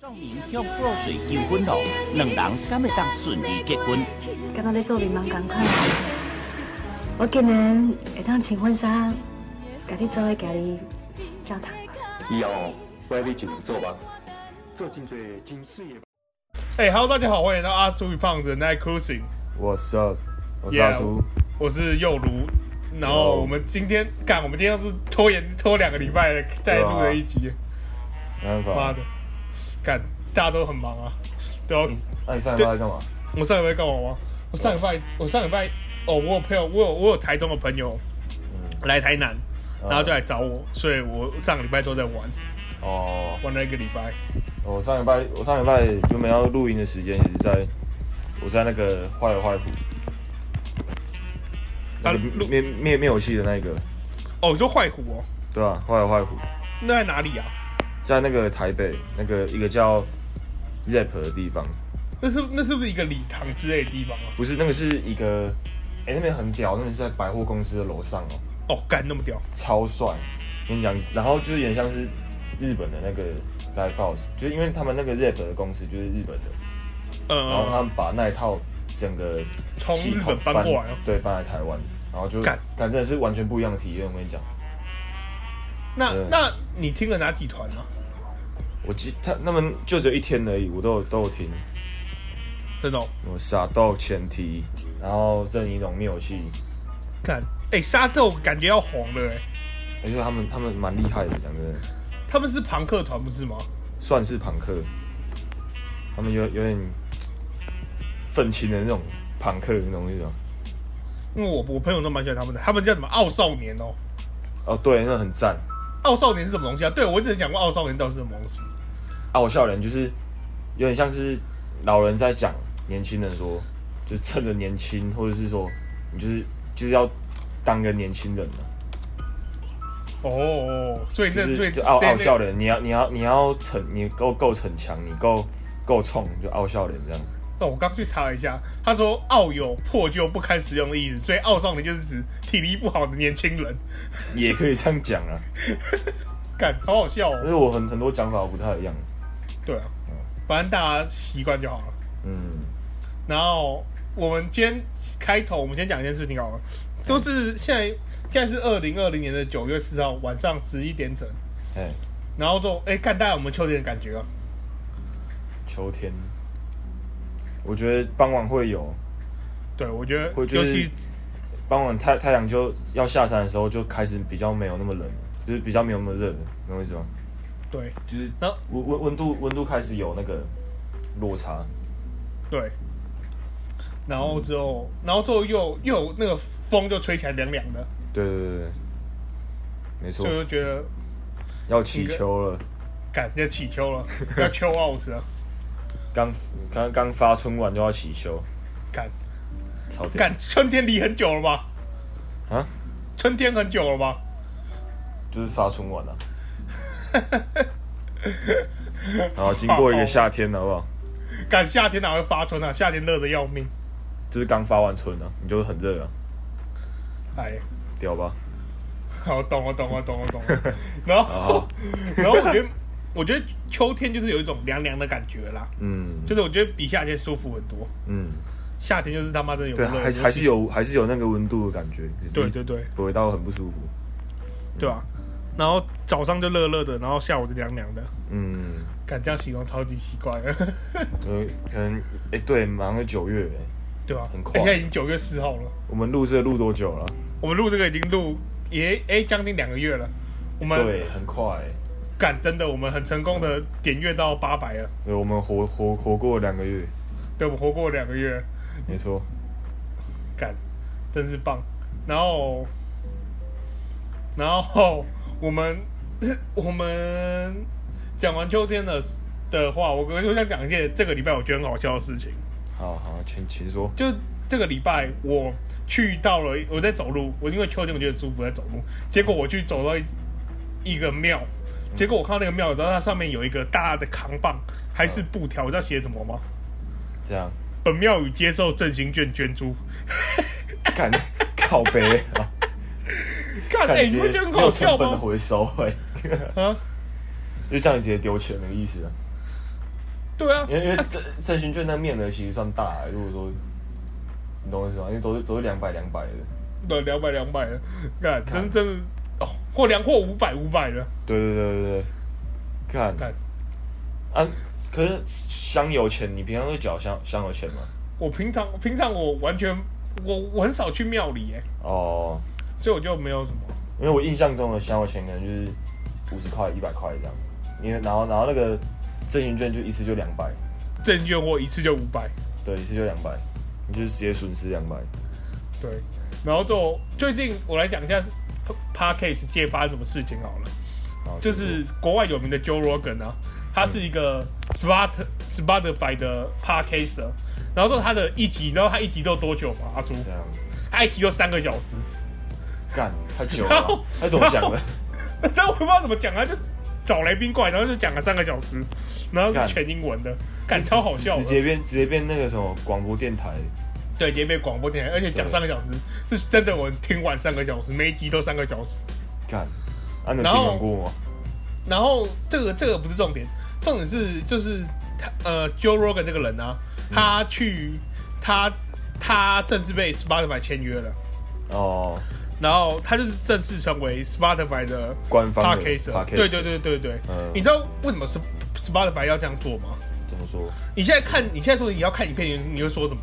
众人向破水求婚咯，两人敢会当顺利结婚？敢若咧做面盲共款。我今年会当穿婚纱，甲你做伙行去教堂。以后我要尽量做吧，做真侪真水的。哎、h e l l o 大家好，欢迎来到阿粗与胖子的 Night Cruising， What's up？我是 Yeah 大叔。我是佑如。然后 Yo 我们今天干，我们今天是拖延拖两个礼拜再录了一集，啊没办妈法的，，干，大家都很忙啊。对啊，那你上礼拜在干嘛？我上礼拜干嘛吗？我上礼拜，我上礼拜，哦，我有朋友，我有我有台中的朋友嗯来台南，嗯然后就来找我，所以我上礼拜都在玩，哦，玩了一个礼拜。我上礼拜我上礼拜原本要录音的时间也是在我在那个坏了坏虎，他那个录灭灭灭火器的那个，哦，你说坏虎哦，对吧、坏了坏虎那在哪里啊？在那个台北那个一个叫 Zep 的地方，那是那是不是一个礼堂之类的地方啊？不是那个是一个，哎、那边很屌，那边是在百货公司的楼上哦，哦，干那么屌，超帅。跟你讲，然后就是有点像是日本的那个 Live House，就是因为他们那个 Zep 的公司就是日本的。然后他呃，们把那一套整个从系日统本搬过来哦对，搬来台湾，然后就干感真的是完全不一样的体验。我跟你讲，那嗯那你听了哪几团啊？我记他他们就只有一天而已，我都有都有听，真的、哦。我傻豆前提，然后郑怡龙灭火器，看，哎、沙豆感觉要红了哎、而且他们他们蛮厉害的，讲真的，他们是朋克团不是吗？算是朋克，他们有有点愤青的那种朋克的那种那哦种。因为我我朋友都蛮喜欢他们的，他们叫什么傲少年哦，哦，对，那很赞。傲少年是什么东西啊？对我一直讲过傲少年到底是什么东西，啊，我笑人就是有点像是老人在讲年轻人说，就趁着年轻，或者是说你就是就是要当个年轻人了，哦，所以就那所以是就傲对傲那笑人，你要你要你要逞，你够够逞强，你够够冲，就傲笑人这样。哦，我刚去查了一下，他说傲有破旧不堪使用的意思，所以傲少年就是指体力不好的年轻人，也可以这样讲啊，干，好好笑但哦。是我很很多讲法我不太一样。对啊，反正大家习惯就好了。嗯，然后我们今天开头，我们先讲一件事情好了，就是现在现在是二零二零年的九月四号晚上十一点整，哎，然后就哎看大家有没有秋天的感觉啊？秋天，我觉得傍晚会有，对，我觉得会就尤是其傍晚太太阳就要下山的时候就开始比较没有那么冷，就是比较没有那么热，懂我意思吗？对就是那温温温度温度开始有那个落差，对，然后之后然后之后又又有那个风就吹起来凉凉的，对对对对，没错所以，我就觉得要起秋了，感要起秋了，要秋奥斯了，刚刚刚发春晚就要起秋，感超屌感春天离很久了吧？啊！春天很久了吧？就是发春 晚啊。好，经过一个夏天了好不好？感夏天哪会发春啊？夏天热的要命，就是刚发完春啊，你就是很热啊，哎。屌吧？好，哦懂了，懂了，懂了，懂了。 然后好， 然后我觉得，我觉得秋天就是有一种凉凉的感觉啦，嗯，就是我觉得比夏天舒服很多。嗯，夏天就是他妈真的有对，啊热，还是还是有还是有那个温度的感觉，只是对对对不会到很不舒服。对啊。然后早上就热热的，然后下午就凉凉的，嗯，敢这样形容超级奇怪的， 呃，可能哎、对，马上就九月了、对吧、啊？很快现在已经九月四号了，我们录这个录多久了？我们录这个已经录也哎将近两个月了，我们对，很快、欸。敢真的我们很成功的点阅到八百了，对，我们活活活过两个月，对，我们活过两个月，没错。干，真是棒。然后，然后我们 我们讲完秋天的的话，我我就想讲一件这个礼拜我觉得很好笑的事情，好好，请请说。就是这个礼拜我去到了，我在走路，我因为秋天我觉得舒服在走路，结果我去走到一一个庙。结果我看到那个庙，你知道它上面有一个大的扛棒，还是布条，你知道写什么吗？这样，本庙宇接受振兴券捐助。 干靠背啊，看，哎、干你直接不觉得很没有好成笑本的吗？ 回收、欸，啊，就这样直接丢钱那个意思啊。对啊，因为因为振振兴券那面额其实算大、如果说你懂我意思吗？因为都是都是两百两百的， 对，两百两百的，干，真真的哦，或两或五百五百的，对对对对对，看干，啊，可是香油钱，你平常会缴香香油钱吗？我平常平常我完全我我很少去庙里哎、哦，所以我就没有什么，因为我印象中的香油钱可能就是五十块、一百块这样，因为然后然后那个振兴券就一次就两百，证券或一次就五百，对，一次就两百，你就是直接损失两百。对，然后就最近我来讲一下是 podcast 界发生什么事情好了，然后就是国外有名的 Joe Rogan 啊，他是一嗯个 Spot Spotify 的 podcaster，然后说他的一集，然后他一集都多久嘛？阿叔，这样他一集都三个小时，干太久了然后 吧，他怎么讲的？但我不知道怎么讲啊，就找来宾过来，然后就讲了三个小时，然后干是全英文的，感超好笑直的直，接变直接变那个什么广播电台，对，直接被广播电台，而且讲对三个小时，是真的，我听完三个小时，每一集都三个小时。干，啊，你有然听后闻过吗？然后这个这个不是重点，重点是就是他呃 Joe Rogan 这个人啊，嗯他去、他他正式被 Spotify 签约了，哦，然后他就是正式成为 Spotify 的官方的 Podcaster， Podcaster 对对对对对，嗯你知道为什么是 Spotify 要这样做吗？怎么说？你现在看你现在说你要看影片，你你会说什么？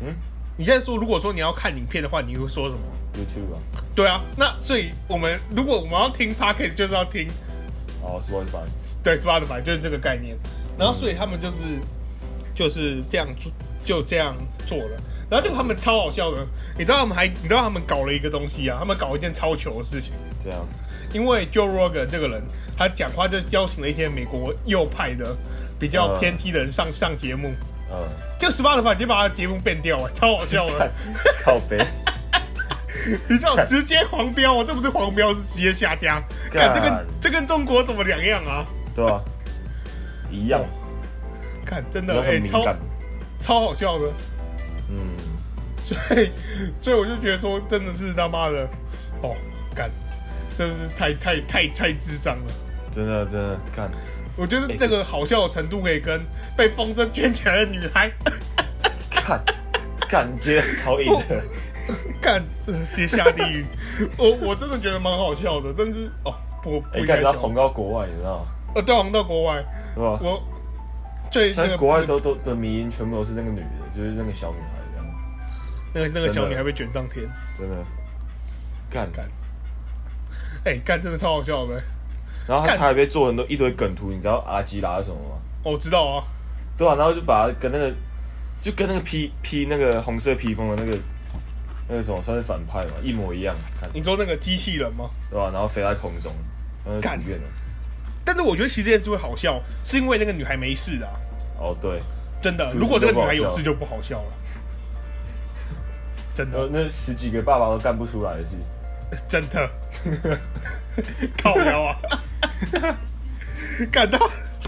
嗯你现在说如果说你要看影片的话，你会说什么？ ，YouTube 啊，对啊，那所以我们如果我们要听 podcast 就是要听哦，Spotify，对 Spotify 就是这个概念。然后所以他们就是就是这样做，就这样做了。然后就他们超好笑的，你知道他们还你知道他们搞了一个东西啊，他们搞一件超糗的事情，这样，因为 Joe Rogan 这个人，他讲话就邀请了一些美国右派的比较嗯偏激的人上、上节目，嗯，就 Spotify 直接把他的节目变掉、哎，超好笑的 看， 靠背，你知道直接黄标啊，这不是黄标是直接下 架，干看这跟这跟中国怎么两样啊？对吧？一 样，看真你的要哎、很敏超感，超好笑的。 嗯，所以，所以我就觉得说，真的是他妈的，哦，干，真的是太太太太智障了。真的真的看，我觉得这个好笑的程度可以跟被风筝圈起来的女孩， 看，感觉超硬 的，干，呃直接下地 狱。我我真的觉得蛮好笑的，但是哦，不不哎，应感该觉笑他。红到国外，你知道吗？呃，对，红到国外，对吧？我最现那在个国外都都的迷因全部都是那个女的，就是那个小女孩这样，那个那个真小的女孩被卷上天，真的，干，干，哎、干，真的超好笑的、然后他干他还被做很多一堆梗图，你知道阿基拉是什么吗？哦我知道啊，对啊，然后就把它跟那个就跟那个披披那个红色披风的那个那个什么算是反派嘛，一模一样，看你说那个机器人吗？对吧、然后飞在空中，然后就干不见了。但是我觉得其实这件事会好笑，是因为那个女孩没事啊。哦，对，真的，是不是如果这个女孩就不有好笑事就不好笑了，真然后的，那十几个爸爸都干不出来的事，真的， 靠腰啊，感到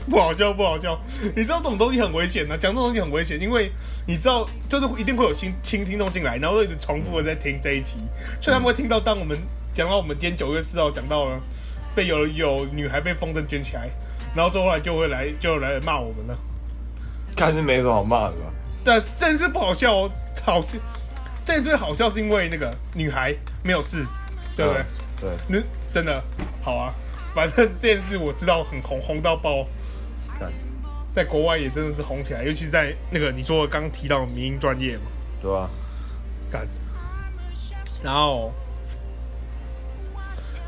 不好笑，不好笑。你知道这种东西很危险的、讲这种东西很危险，因为你知道，就是一定会有新新听众进来，然后一直重复的在听这一集，所以他们会听到，当我们讲到我们今天九月四号讲到了被有有女孩被风筝卷起来，然后最后来就会来就来骂我们了。看是没什么好骂的吧？但真是不好笑哦，好笑。这最好笑是因为那个女孩没有事，对不对嗯？对，那、真的好啊，反正这件事我知道很红，红到爆，看，在国外也真的是红起来，尤其是在那个你说的刚提到的民营专业嘛，对吧、啊？干。然后，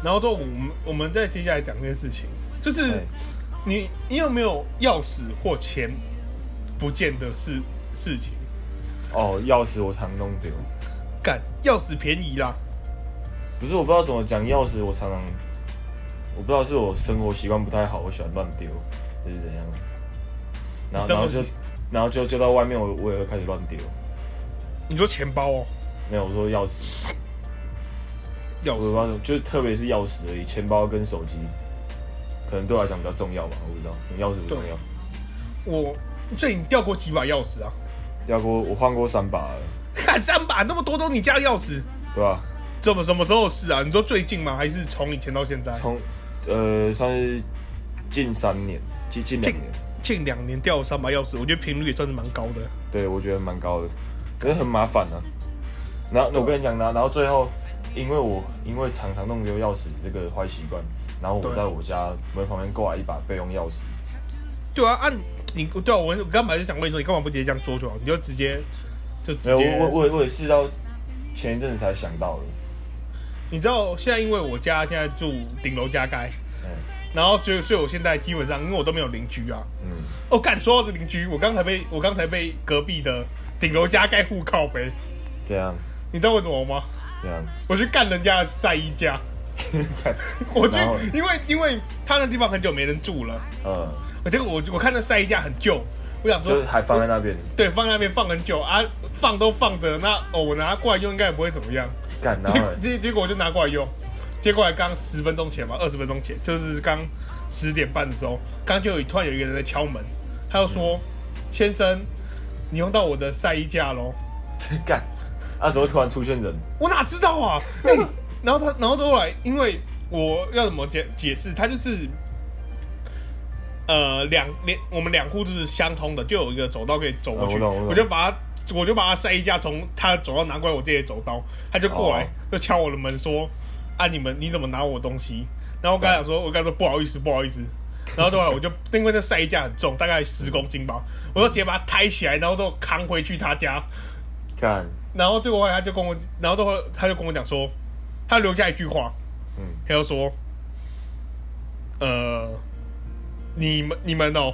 然后之后我们我们再接下来讲这件事情，就是对你你有没有钥匙或钱不见的事事情？哦，钥匙我常弄丢，干，钥匙便宜啦。不是我不知道怎么讲钥匙，我常常我不知道是我生活习惯不太好，我喜欢乱丢，就是怎样，然你后生然活后就习然后就就到外面我我也会开始乱丢，你说钱包哦，没有我说钥匙。钥我不知匙道，就是特别是钥匙而已，钱包跟手机，可能对我来讲比较重要吧，我不知道，钥匙不重要。我所以你掉过几把钥匙啊？要过我换过三把了， 看三把那么多都是你家的钥匙，对吧、怎么什么时候的事啊？你哎说最近吗？还是从以前到现在？从呃算是近三年，近近两近年，近两年掉了三把钥匙，我觉得频率也算是蛮高的。对我觉得蛮高的，可是很麻烦呢、然后我跟你讲，然后然后最后，因为我因为常常弄丢钥匙这个坏习惯，然后我对在我家门旁边挂了一把备用钥匙，对啊，按、你对啊，我我刚本来就想问你说，你干嘛不直接这样说出来？你就直接就直没有，接我我我也我也是到前一阵子才想到的，你知道现在因为我家现在住顶楼加盖，嗯然后所以所以我现在基本上因为我都没有邻居啊。嗯，哦，干说到这邻居，我刚才被我刚才被隔壁的顶楼加盖户靠背，这样你知道为什么吗？这样， 我去干人家的晒衣架， 我去然后，因为因为他那地方很久没人住了，嗯，结果我我看那晒衣架很旧，我想就说是还放在那边对放在那边放很久啊，放都放着，那哦我拿过来用应该也不会怎么样，干，然结后 结结果我就拿过来用，结果还刚十分钟前吧，二十分钟前，就是刚十点半的时候，刚就有突然有一个人在敲门，他就嗯说：“先生，你用到我的晒衣架喽。干，啊怎么突然出现人？”我哪知道 啊？哎然后他，然后后来，因为我要怎么解解释？他就是，呃，两两我们两户就是相通的，就有一个走道可以走过去，啊我懂我懂就把他。我就把他晒衣架从他的走道拿过来，我自己的走道，他就过来、哦就敲我的门说：“啊，你们你怎么拿我东西？”然后我跟他讲啊说：“我跟他说不好意思，不好意思。”然后后来我就因为那晒衣架很重，大概十公斤吧，我就直接把它抬起来，然后都扛回去他家，干，然后最后他就跟我，然后最后他就跟我讲说，他留下一句话，嗯，他就说，呃，你们你们哦，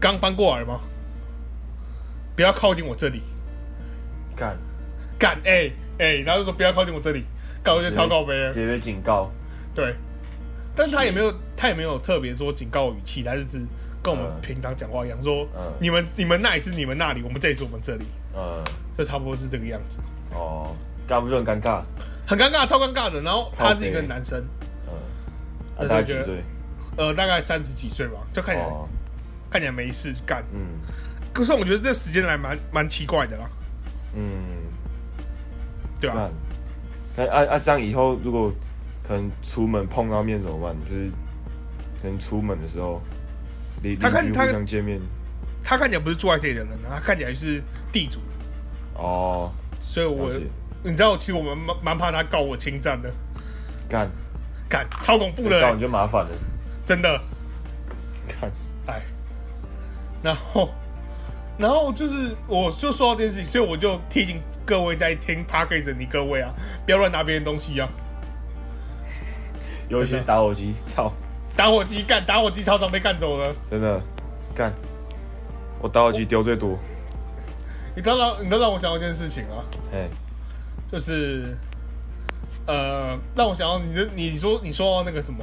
刚搬过来吗？不要靠近我这里，干，干哎哎、然后就说不要靠近我这里，搞我就超告呗直，接被警告，对，但他也没有他也没有特别说警告语气，他就是跟我们嗯平常讲话一样，说、嗯你们你们那里是你们那里，我们这里是我们这里，嗯，就差不多是这个样子，哦，干不就很尴尬，很尴尬，超尴尬的。然后他是一个靠北男生。嗯，啊那就大概几觉得岁？呃，大概三十几岁吧，就看起来、哦，看起来没事干。嗯可是我觉得这时间来蛮蛮奇怪的啦，嗯。对吧、那，那啊啊，这样以后如果可能出门碰到面怎么办？就是可能出门的时候，邻他邻看居互他相见面，他看起来不是住在这里的人啊，他看起来是地主，哦，所以我了解你知道，其实我们蛮蛮怕他告我侵占的，干，干超恐怖的、告你就麻烦了，真的，看，哎。然后，然后就是我就说到这件事情，所以我就提醒各位在听 p a c k a g e 你各位啊，不要乱拿别人东西啊，尤其是打火机，操，打火机干打火机超常被干走的。真的，干，我打火机丢最多，你知道，你知道让我想到一件事情啊，哎，就是，呃，让我想到你的，你说你说到那个什么，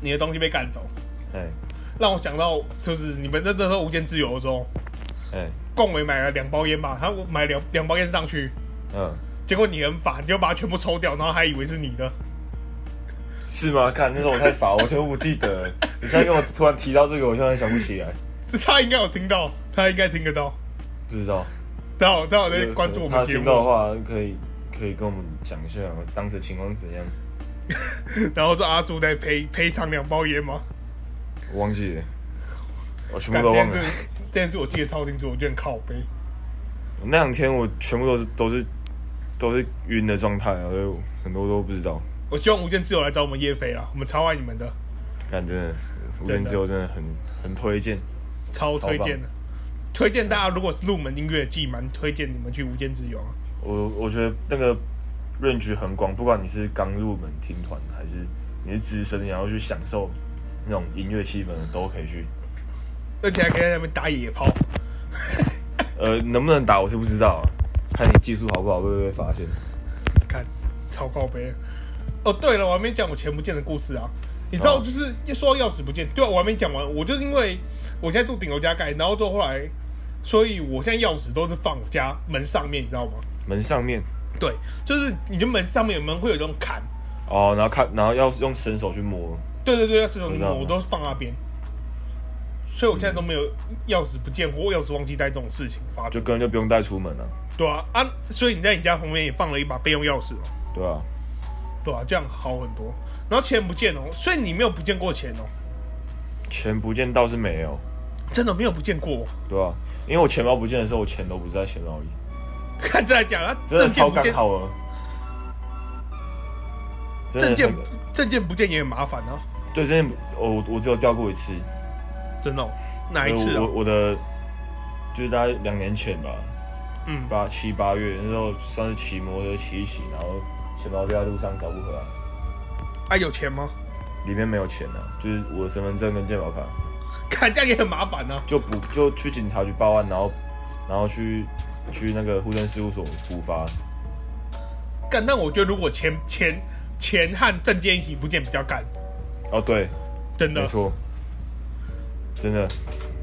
你的东西被干走，哎，让我想到就是你们那那时候无间之游的时候，哎，共伟买了两包烟吧，他买两两包烟上去，嗯，结果你很烦，你就把它全部抽掉，然后还以为是你的，是吗？看，那时候我太乏，我全部不记得 了，你现在跟我突然提到这个，我突然想不起来，是他应该有听到，他应该听得到，不知道。他好他好在关注我他们节听到的目，话，可以可以跟我们讲一下当时情况怎样。然后说阿叔在赔赔偿两包烟吗？我忘记了，我全干部都这忘件了事。，这件事我记得超清楚，我觉得很靠背。那两天我全部都是都是都是晕的状态啊，所以我很多都不知道。我希望无间之友来找我们叶飞啊啦，我们超爱你们的，但真的，无人之后真的很很推荐。超推荐的，推荐大家如果是入门音乐季，蛮推荐你们去无间之友啊。我我觉得那个润局很广，不管你是刚入门听团，还是你是资深，然后去享受那种音乐气氛的，都可以去。而且还可以在那边打野炮，呃，能不能打我是不知道、啊，看你技术好不好，会不会发现。看超高杯。哦，对了，我还没讲我钱不见的故事啊。你知道，哦就是一说到钥匙不见，对啊、我还没讲完。我就是因为我现在住顶楼加盖，然后之后后来，所以我现在钥匙都是放我家门上面，你知道吗？门上面对，就是你的门上面有门会有这种坎，哦，然后看，然后要用伸手去摸。对对对，要是有我那知道种我都是放那边，所以我现在都没有钥匙不见或钥匙忘记带这种事情发就生。根本就不用带出门了、对啊啊，所以你在你家旁边也放了一把备用钥匙哦，对吧、对啊，这样好很多。然后钱不见哦，所以你没有不见过钱哦，钱不见倒是没有，真的没有不见过。哦对吧、因为我钱包不见的时候，我钱都不是在钱包里， 看这来讲，他真的证件超不刚见，好啊了。真的证件很证件不见也很麻烦啊，对证件不，我我只有掉过一次，真的哦、哪一次我啊我？我的就是大概两年前吧，嗯，八七八月那时候算是骑摩托车骑一骑，然后钱包掉在路上找不回来，啊，有钱吗？ 里面没有钱啊，就是我的身份证跟健保卡，看这样也很麻烦啊。就补就去警察局报案，然后然后去去那个户政事务所补发，干，但我觉得如果钱钱钱和证件一起不见比较干，哦对，真没的。错，真的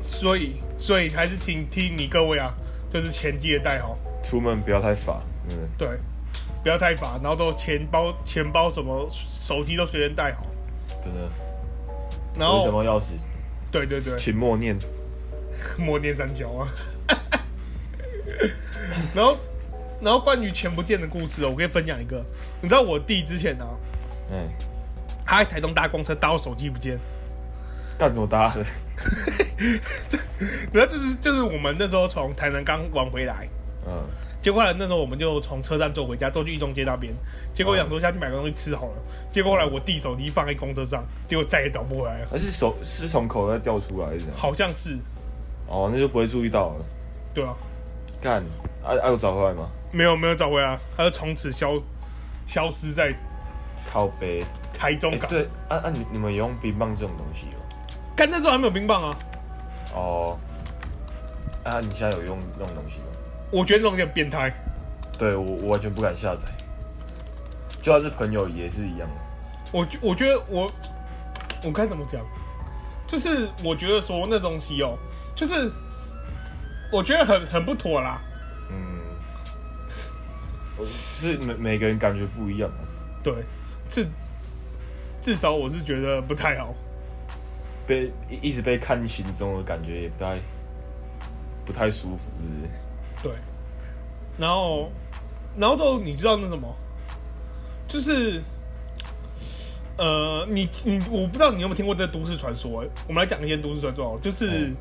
所以所以还是请听你各位啊，就是钱记得带好，出门不要太法，嗯，对，不要太乏，然后都钱包钱包什么手机都随便带好，真的，然后什么钥匙，对对对，请默念，默念三角啊。 然后，然后关于钱不见的故事哦，我可以分享一个。你知道我弟之前呢、啊，嗯，他在台东搭公车，搭我手机不见。干什么搭的？ 然后就是就是我们那时候从台南刚玩回来，嗯，结果后来那时候我们就从车站坐回家，坐去一中街那边。结果我想说下去买个东西吃好了，结果后来我弟手机放在公车上，结果再也找不回来了，还是手是从口袋掉出来还是怎样？好像是，哦，那就不会注意到了。对啊，干，啊啊，有找回来吗？没有没有找回来，他就从此消消失在靠背。台中哎港。对，啊啊，你你们有用冰棒这种东西干那时候还没有冰棒啊，哦？哦，啊，你现在有用那种东西吗？我觉得这种有点变态。对我我完全不敢下载，就算是朋友也是一样的。我觉我觉得我我该怎么讲？就是我觉得说那东西哦，就是我觉得很很不妥啦。嗯，我是每每个人感觉不一样啊，对，至至少我是觉得不太好。被一一直被看行踪的感觉也不太不太舒服，是不是？对，然后然后就你知道那什么，就是呃，你你我不知道你有没有听过这都市传说、欸？我们来讲一些都市传说好了，就是嗯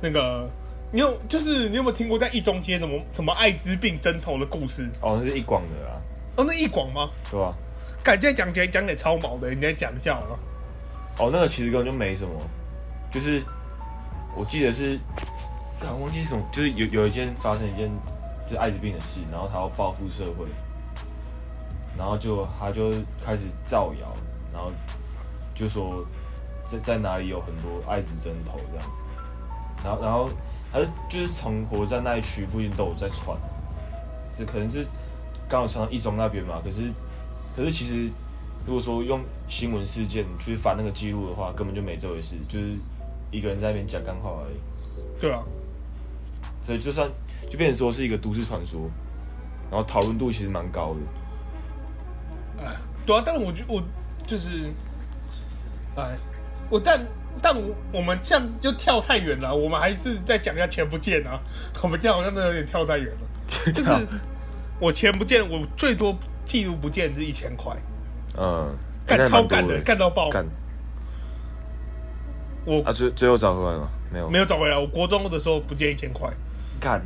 那个。你有就是你有没有听过在一中街什么什么艾滋病针头的故事？哦，那是一广的啊，哦，那一广吗？对吧？感觉讲起来讲得超毛的，你再讲一下好了。哦，那个其实根本就没什么，就是我记得是，刚忘记什么，就是有有一件发生一件就是艾滋病的事，然后他要报复社会，然后就他就开始造谣，然后就说在在哪里有很多艾滋针头这样子，然后然后他就就是从火车站那一区附近都有在传，这可能是刚好传到一中那边嘛，可是可是其实如果说用新闻事件去翻那个记录的话，根本就没这回事，就是一个人在那边讲干话而已。对啊，所以就算就变成说是一个都市传说，然后讨论度其实蛮高的。哎，对啊，但是我就我就是，哎，我但但我我们这样就跳太远了，啊我们还是再讲一下钱不见啊。我们这样好像真的有点跳太远了，就是我钱不见，我最多记录不见是一千块，嗯，干那也蛮超干多的，干到爆。干我啊！最最后找回来吗？没有，没有找回来，我国中的时候不见一千块，干。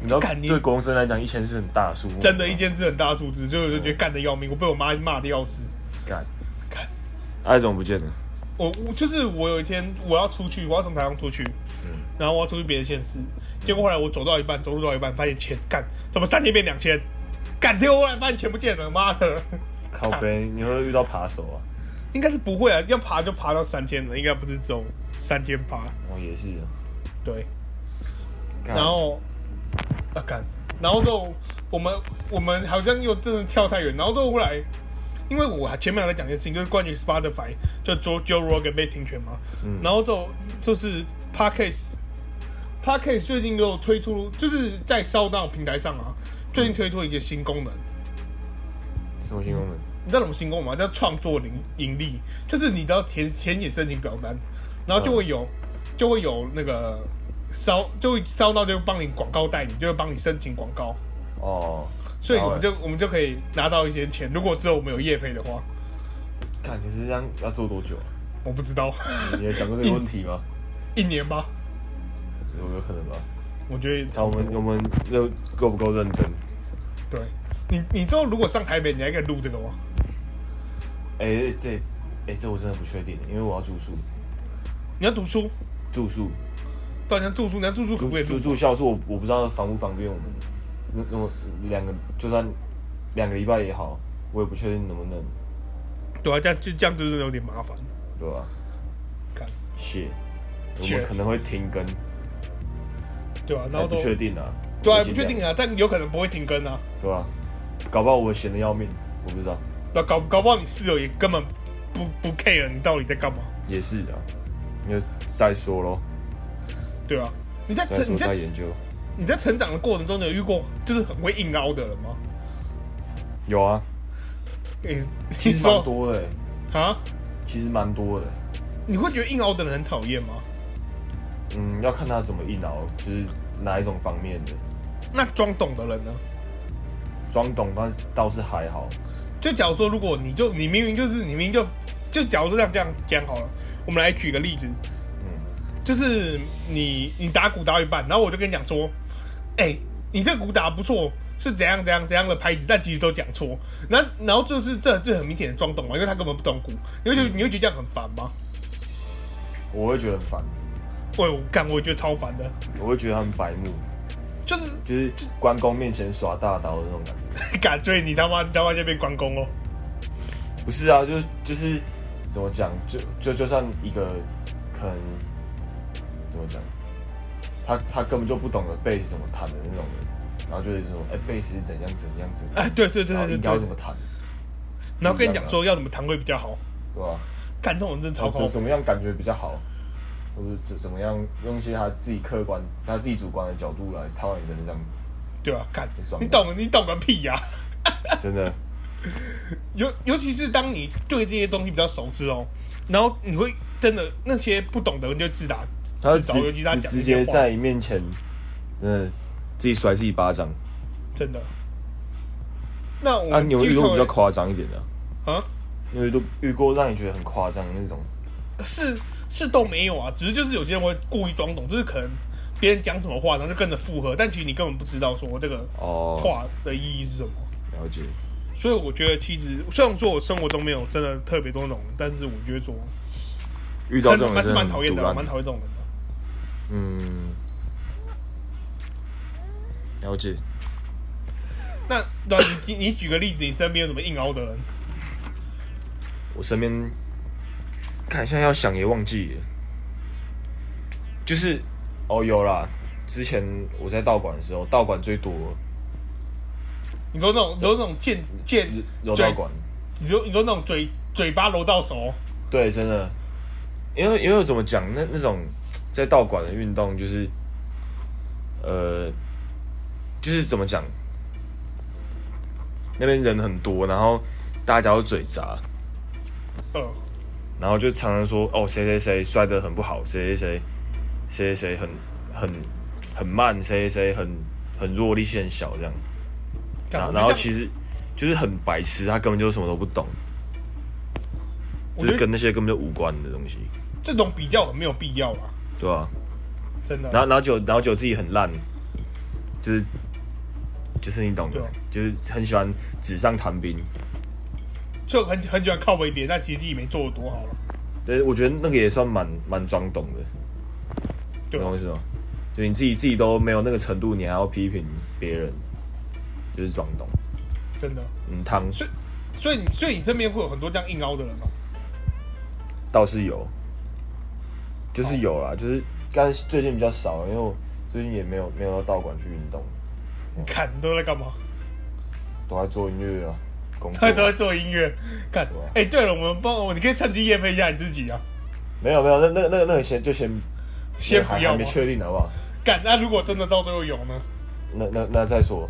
你知道干你对国中生来讲，一千是很大的数目，真的，一千是很大的数字，所以我就觉得干的要命，我被我妈骂的要死，干。干。艾啊总不见了，我我就是我有一天我要出去，我要从台上出去，然后我要出去别的县市，结果后来我走到一半，走路到一半，发现钱干怎么三天变两千，干结果后来发现钱不见了，妈的，靠背，你会不会遇到扒手啊？应该是不会啊，要爬就爬到三千了，应该不是这种三千爬，我也是啊。对，干然后啊干，然后就我们我们好像又真的跳太远，然后就后来。因为我前面还在讲一件事情，就是关于 Spotify，就 Joe Joe Rogan 被停权嘛，嗯然后就就是 Podcast Podcast 最近又推出，就是在烧到平台上啊，最近推出一个新功能，什么新功能？你知道什么新功能吗？叫创作盈盈利，就是你只要填填写申请表单，然后就会有、就会有那个烧，就会烧到就会帮你广告代理，就会帮你申请广告，哦，所以然后我们就我们就可以拿到一些钱。如果之后我们有业配的话，看，可是这样要做多久啊？我不知道，你有想过这个问题吗？ 一年吧，有有可能吧？我觉得那我们我们认够不够认真？对。你你之后如果上台北，你还敢录这个吗？哎、这哎、这我真的不确定，因为我要住宿，你要读书，住宿对啊，你要住宿，你要住宿可住不可以住录？住校是我我不知道方不方便我们，那那么两个就算两个礼拜也好，我也不确定能不能，对啊，这样就这样就是有点麻烦。对吧？看，谢，我们 Shit 可能会停更，对啊，然还后不都确定啊，对啊，我不尽确量定，啊，但有可能不会停更啊。对吧？搞不好我闲的要命，我不知道，那搞搞不好你室友也根本不不 care 你到底在干嘛，也是的，那就再说咯，对啊，你在再成说你在再研究。你在成长的过程中，你有遇过就是很会硬凹的人吗？有啊，诶、其实你说蛮多的欸、啊，其实蛮多的欸、你会觉得硬凹的人很讨厌吗？嗯，要看他怎么硬熬，就是哪一种方面的。那装懂的人呢？装懂但是倒是还好，就假如说，如果你就你明明就是你明明就就假如说这样这样讲好了，我们来举个例子，嗯，就是你你打鼓打到一半，然后我就跟你讲说，哎、你这鼓打得不错，是怎样怎样怎样的拍子，但其实都讲错。然后然后就是这这很明显的装懂嘛，因为他根本不懂鼓，你会觉得嗯你会觉得这样很烦吗？我会觉得很烦，喂，我干，我觉得超烦的，我会觉得他们白目，就是就是关公面前耍大刀的那种感觉。敢追你他妈你他妈就变关公哦。不是啊，就就是怎么讲，就就就算一个可能怎么讲，他他根本就不懂得贝斯怎么弹的那种人，然后就是说，哎、贝斯是怎样怎样怎样，哎，对对对然后对哦应该对要怎对么，弹，然后跟你讲说要怎么弹会比较好，对吧、干这种人真的超怎高怎么样感觉比较好，或者怎怎么样用一些他自己客观、他自己主观的角度来套在你身上，对吧、干很爽，你懂你懂个屁呀、真 的。尤尤其是当你对这些东西比较熟知哦，然后你会真的那些不懂的人就自打他就自找，尤其是他直讲直这些接话在你面前，嗯、自己甩自己巴掌。真的。那我啊，们你有继续遇过看比回较夸张一点的啊、啊？你有遇过遇过让你觉得很夸张的那种？是是都没有啊，只是就是有些人会故意装懂，就是可能别人讲什么话，然后就跟着附和，但其实你根本不知道说这个哦话的意义是什么。了解，所以我觉得，其实虽然说我生活中没有真的特别多那种人，但是我觉得说，遇到但这种还人是真的蛮很讨厌的毒啊，烂蛮讨厌这种人的。嗯，了解。那那你你举个例子，你身边有什么硬凹的人？我身边，看现在要想也忘记了，就是哦有啦，之前我在道馆的时候，道馆最多你说那种，你说那种贱贱柔嘴道馆，你说你说那种嘴嘴巴揉到手，对，真的，因为因为怎么讲，那那种在道馆的运动就是，呃，就是怎么讲，那边人很多，然后大家都嘴杂，嗯，然后就常常说哦谁谁谁摔得很不好，谁谁谁谁谁谁很很很慢，谁谁谁很很弱，力气很小这样。干然我后觉得这啊然后样其实就是很白痴，他根本就什么都不懂，我觉就是得跟那些根本就无关的东西，这种比较很没有必要啦，对吧、真的。然后然后就然后就自己很烂，就是就是你懂的对啊，就是很喜欢纸上谈兵。就很很喜欢靠背别人，但其实自己没做的多好了。但是我觉得那个也算蛮蛮装懂的，对你懂我意思吗？就你自己自己都没有那个程度，你还要批评别人，就是装懂。真的。嗯，汤所以所以你所以你身边会有很多这样硬凹的人吗？倒是有，哦就是有啦，就是但是最近比较少，因为我最近也没有没有到道馆去运动，哦你看你都在干嘛？都在做音乐啊，工作他啊。 都在做音乐，看对啊。哎、对了，我们帮我，你可以趁机验配一下你自己啊。没有没有，那那那那个先就先先还不要还吗没？确定好不好？干，那如果真的到最后有呢？那那那再说，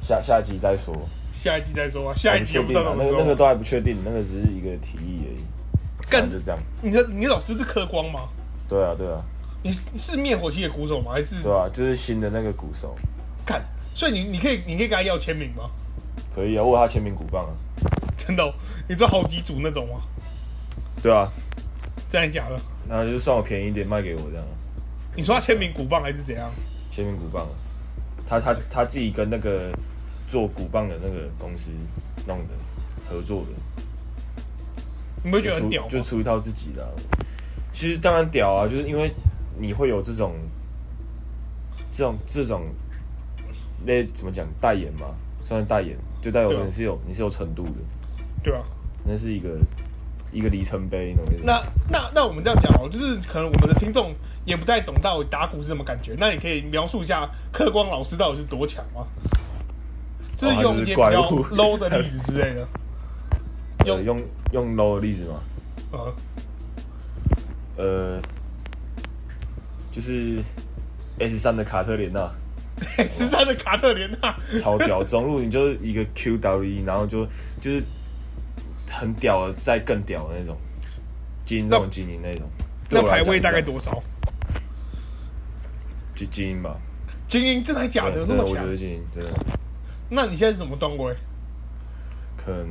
下下集再说。下一季再说啊。下还一不季又确不定知道啊什，么那时个候。那个都还不确定，那个只是一个提议而已。干那就这样。你的你的老师是科光吗？对啊对啊你是你是灭火器的鼓手吗？还是对啊，就是新的那个鼓手，干？所以你你可以你可以跟他要签名吗？可以啊，我有他签名鼓棒啊。真的哦、你做好几组那种吗？对啊，真的假的？然后就是算我便宜一点卖给我这样，啊你说他签名鼓棒还是怎样？签名鼓棒，啊他他他自己跟那个做鼓棒的那个公司弄的合作的，你不会觉就得很出屌吗？就出一套自己的啊、其实当然屌啊，就是因为你会有这种这种这种那怎么讲代言嘛，算是代言，就代表对说啊你是有你是有程度的，对啊。那是一个一个里程碑那种。那那那我们这样讲哦，就是可能我们的听众也不太懂到底打鼓是什么感觉，那你可以描述一下客光老师到底是多强吗？就是用一些比哦他就较是怪物 low 的例子之类的。呃用用 low 的例子嘛， 呃，呃，就是 S 三的卡特莲娜，十三的卡特莲娜，超屌，中路你就是一个 QWE，然后就就是很屌的，再更屌的那种，精英那那种精英那种。对那我来排讲位是大这概样？多少？精精英吧，精英真的还假的对这真的么我强觉？得精英真的那你现在是怎么段位？可能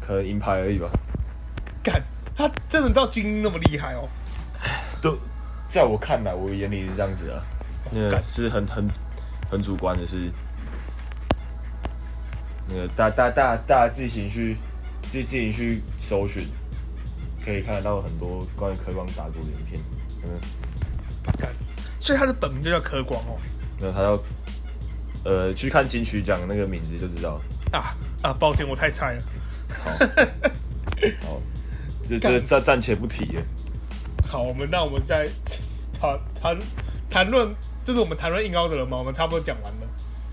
可能银牌而已吧。干，他真的到精英那么厉害哦？都在我看来，我眼里是这样子啊，那个干是很很很主观的是，那个大大大大家自行去自自己去搜寻，可以看得到很多关于科光打鼓的影片。嗯，干，所以他的本名就叫柯光哦。那他要呃去看金曲奖那个名字就知道。啊啊，抱歉，我太菜了。好，这干这暂暂且不提了。 好，我们那我们再谈谈谈论，就是我们谈论硬凹的人嘛，我们差不多讲完了。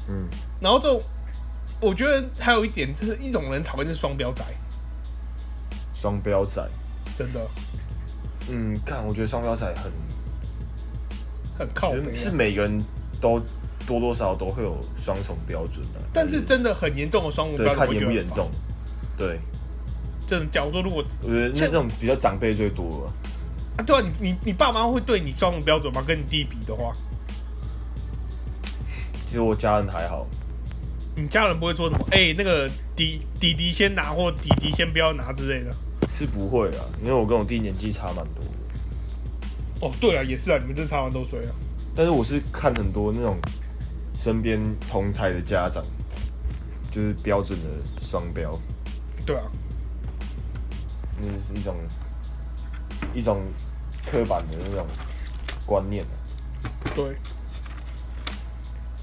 嗯，然后就我觉得还有一点，就是一种人讨厌就是双标仔，双标仔，真的嗯，看我觉得双标仔很很靠我北觉得啊。是每个人都多多少少都会有双重标准的、但是真的很严重的双目标对准，看我严觉不得严重。对，真的，假如说如果我觉得那这那种比较长辈最多了。啊，对啊，你你你爸妈会对你双目标准吗？跟你弟比的话，其实我家人还好，你家人不会说什么，哎、那个弟弟弟先拿或弟弟先不要拿之类的。是不会啊，因为我跟我弟年纪差蛮多的。哦，对啊，也是啊，你们真的差完都衰了。但是我是看很多那种身边同才的家长，就是标准的双标，对啊，嗯，一种一种刻板的那种观念啊。对，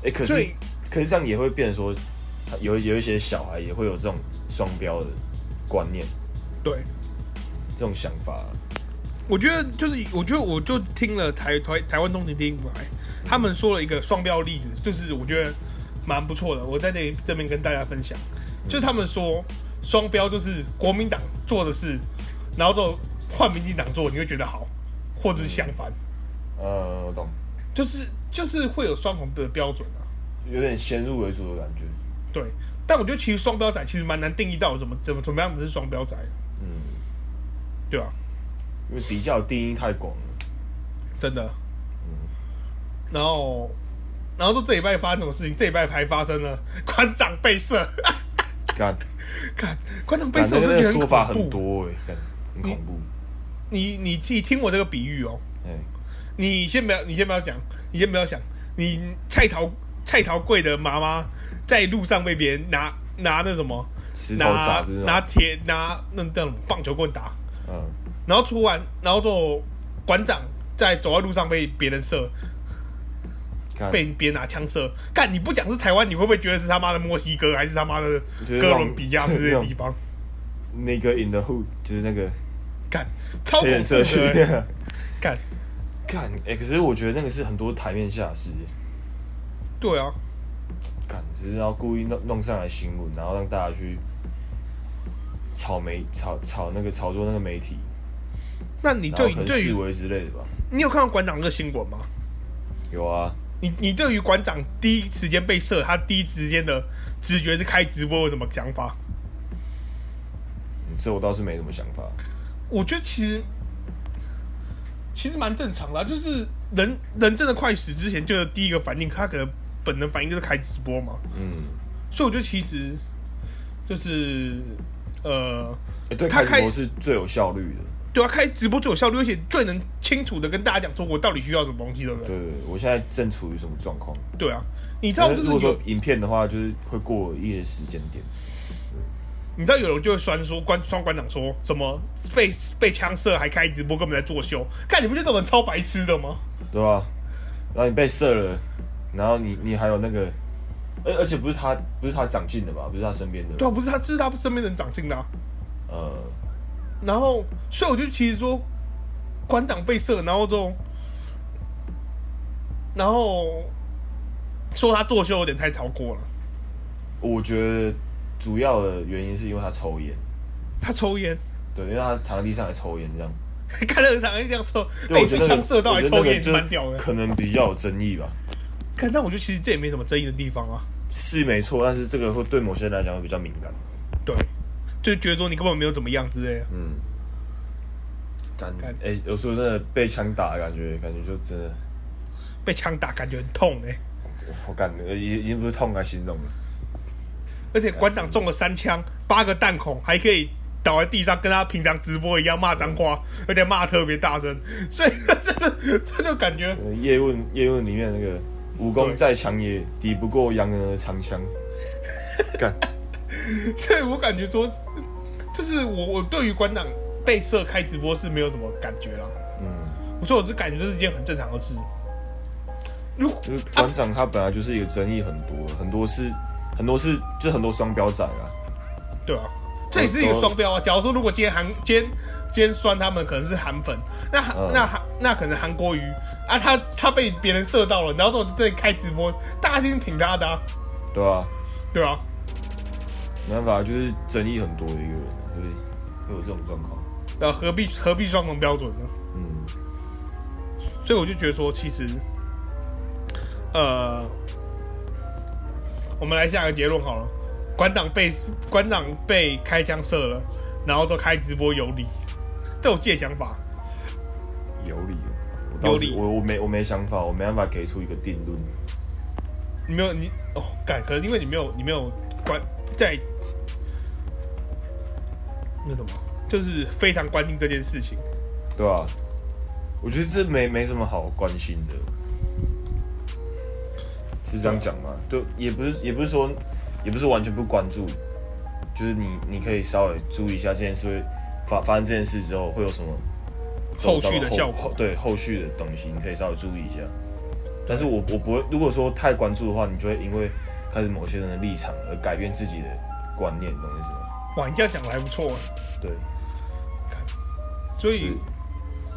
哎、可是所以可是这样也会变成说，他有一有一些小孩也会有这种双标的观念，对，这种想法。我觉得就是，我觉得我就听了台台台湾东京电影台，他们说了一个双标例子，就是我觉得蛮不错的，我在这里这边跟大家分享，就是他们说双标就是国民党做的事，然后就换民进党做，你会觉得好，或者是相反，呃，我懂，就是就是会有双重的标准啊，有点先入为主的感觉。对。但我觉得其实双标仔其实蛮难定义到怎么怎么怎么样的是双标仔，嗯，对吧、啊？因为比较定义太广了。真的。嗯然后，然后说这礼拜发生什么事情？这礼拜还发生了馆长被射， 干，看馆长被反射，正我真那的个觉得说法很恐很怖。多哎、干，很恐怖。你你自己听我这个比喻哦，哎、你先不要，你先不要讲，你先不要想，你蔡桃蔡桃贵的妈妈在路上被别人拿拿那什么，石头砸拿不是吗拿铁拿那那种棒球棍打，嗯，然后突然，然后就馆长在走在路上被别人射，干，被别人拿枪射，干你不讲是台湾，你会不会觉得是他妈的墨西哥，还是他妈的就是那哥种伦比亚之类的地方？那个 in the hood 就是那个干，超恐黑人怖社区。 的、欸，干，干，哎、可是我觉得那个是很多台面下的事。对啊，干，只是要故意弄弄上来新闻，然后让大家去炒媒、炒炒那个炒作那个媒体，那你然后对可你能对示于威之类的吧。你有看到馆长这个新闻吗？有啊，你你对于馆长第一时间被射，他第一时间的直觉是开直播有什么想法？嗯这我倒是没什么想法。我觉得其实其实蛮正常的啊、就是人人真的快死之前，就是第一个反应，他可能本能反应就是开直播嘛。嗯，所以我觉得其实就是呃，欸对，他开开直播是最有效率的。对啊，开直播最有效率，而且最能清楚的跟大家讲说我到底需要什么东西，对不对对？对对，我现在正处于什么状况？对啊，你知道那就是哎如果有说影片的话，就是会过一些时间点。你知道有人就会酸说关双馆长说什么被被枪射还开直播，根本在作秀。看你不觉得这种人超白痴的吗？对吧、然后你被射了，然后你你还有那个，而而且不是他不是他长进的吧？不是他身边的，对啊，不是他，这是他身边的人长进的、啊。呃，然后，所以我就其实说，馆长被射，然后就，然后说他作秀有点太超过了。我觉得主要的原因是因为他抽烟，他抽烟， 对，因为他躺在地上还抽烟这样。看到他这样抽，哎对，被我觉得被枪射到还抽烟，蛮屌的。可能比较有争议吧，看，但我觉得其实这也没什么争议的地方啊。是没错，但是这个会对某些人来讲会比较敏感。对，就觉得说你根本没有怎么样之类的。嗯，感感哎、有时候真的被枪打，的感觉感觉就真的，被枪打感觉很痛哎、我感觉已已经不是痛来形容了。而且馆长中了三枪，八个弹孔，还可以倒在地上，跟他平常直播一样骂脏话，嗯而且骂得特别大声，所以 这这他就感觉呃叶问叶问里面那个武功对再强也抵不过洋人的长枪。 干，所以我感觉说，就是我我对于馆长被射开直播是没有什么感觉啦。嗯，我说我只感觉这是一件很正常的事。如果就是馆长他本来就是一个争议很多，很多是很多是就很多双标仔啊。对啊，这也是一个双标啊。假如说如果今天韩今天今天酸他们可能是韩粉，那韩、嗯那韩那可能韩国瑜啊，他他被别人射到了，然后在这里开直播，大家一定挺他的、啊，对啊，对啊，没办法，就是争议很多的一个人，就是会有这种状况。那呃何必何必双重标准呢？嗯，所以我就觉得说，其实，呃，我们来下个结论好了。馆长被馆长被开枪射了，然后都开直播有理，这我自己的想法。有理哦，有理我我没我没想法，我没办法给出一个定论。你没有你哦，敢可能因为你没有你没有关在那什么，就是非常关心这件事情。对啊，我觉得这没没什么好关心的，是这样讲吗？对，也不是也不是说也不是完全不关注，就是你你可以稍微注意一下这件事会发发生这件事之后会有什么后续的效果后对后续的东西你可以稍微注意一下。但是我我不会，如果说太关注的话，你就会因为开始某些人的立场而改变自己的观念，懂我意思吗？哇，你这样讲得还不错啊，对，所以嗯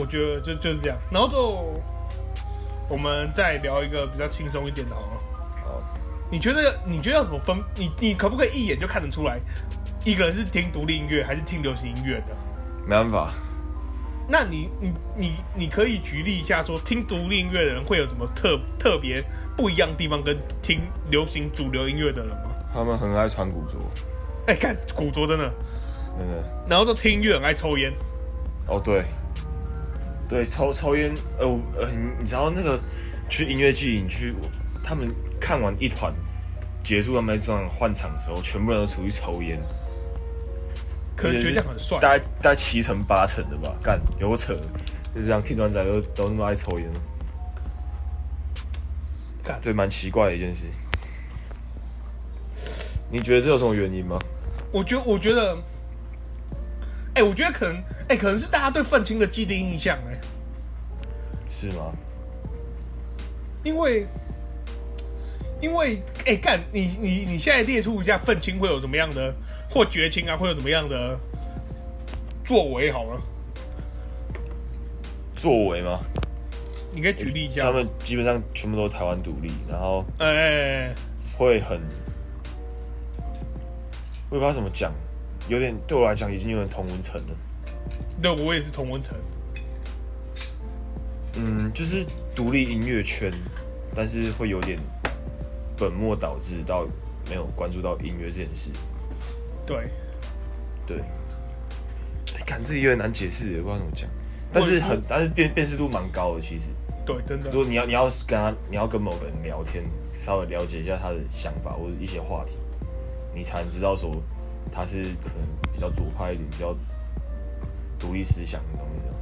我觉得就就是这样。然后就我们再聊一个比较轻松一点的好了。好，你觉得你觉得要怎么分？你你可不可以一眼就看得出来，一个人是听独立音乐还是听流行音乐的？没办法，那你你你你可以举例一下说听独立音乐的人会有什么特特别不一样的地方，跟听流行主流音乐的人吗？他们很爱穿古着，哎、看古着真的，真的。然后就听音乐很爱抽烟，哦，对，对，抽抽烟，呃，我呃，你你知道那个去音乐季，你去他们看完一团结束，他们在中场换场的时候，全部人都出去抽烟，可能觉得这样很帅。大概大概七成八成的吧，干有个扯，就是这样，听团仔都都那么爱抽烟，干对，蛮奇怪的一件事。你觉得这有什么原因吗？我觉我觉得，哎、我觉得可能，哎、可能是大家对愤青的既定印象、哎，是吗？因为，因为，哎、干你你你现在列出一下愤青会有什么样的，或绝情啊，会有怎么样的作为好了，作为吗？你可以举例一下。他们基本上全部都台湾独立，然后哎、会很，我也不知道怎么讲，有点对我来讲已经有点同文层了。对我也是童文成，嗯，就是独立音乐圈，但是会有点本末倒置到没有关注到音乐这件事。对，对，感自己有点难解释，也不知道怎么讲。但是我很，但是辨辨识度蛮高的。其实，对，真的如，果你要你要跟他，你要跟某个人聊天，稍微了解一下他的想法或者一些话题，你才能知道说他是可能比较左派一点，比较独立思想的东西啊。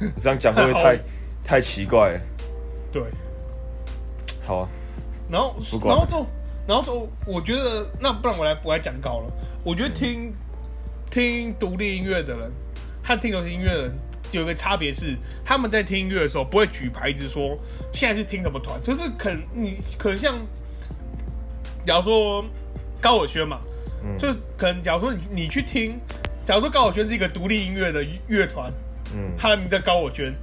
我这样讲会不会太太奇怪了？对，好啊，然后不管然后就然后就我觉得那不然我来我来讲稿了。我觉得听、听独立音乐的人和听流行音乐的人有一个差别是，他们在听音乐的时候不会举牌子说现在是听什么团，就是可能你可能像，假如说高尔宣嘛，嗯就是可能假如说你你去听，假如说高尔宣是一个独立音乐的乐团，嗯他的名字叫高我娟，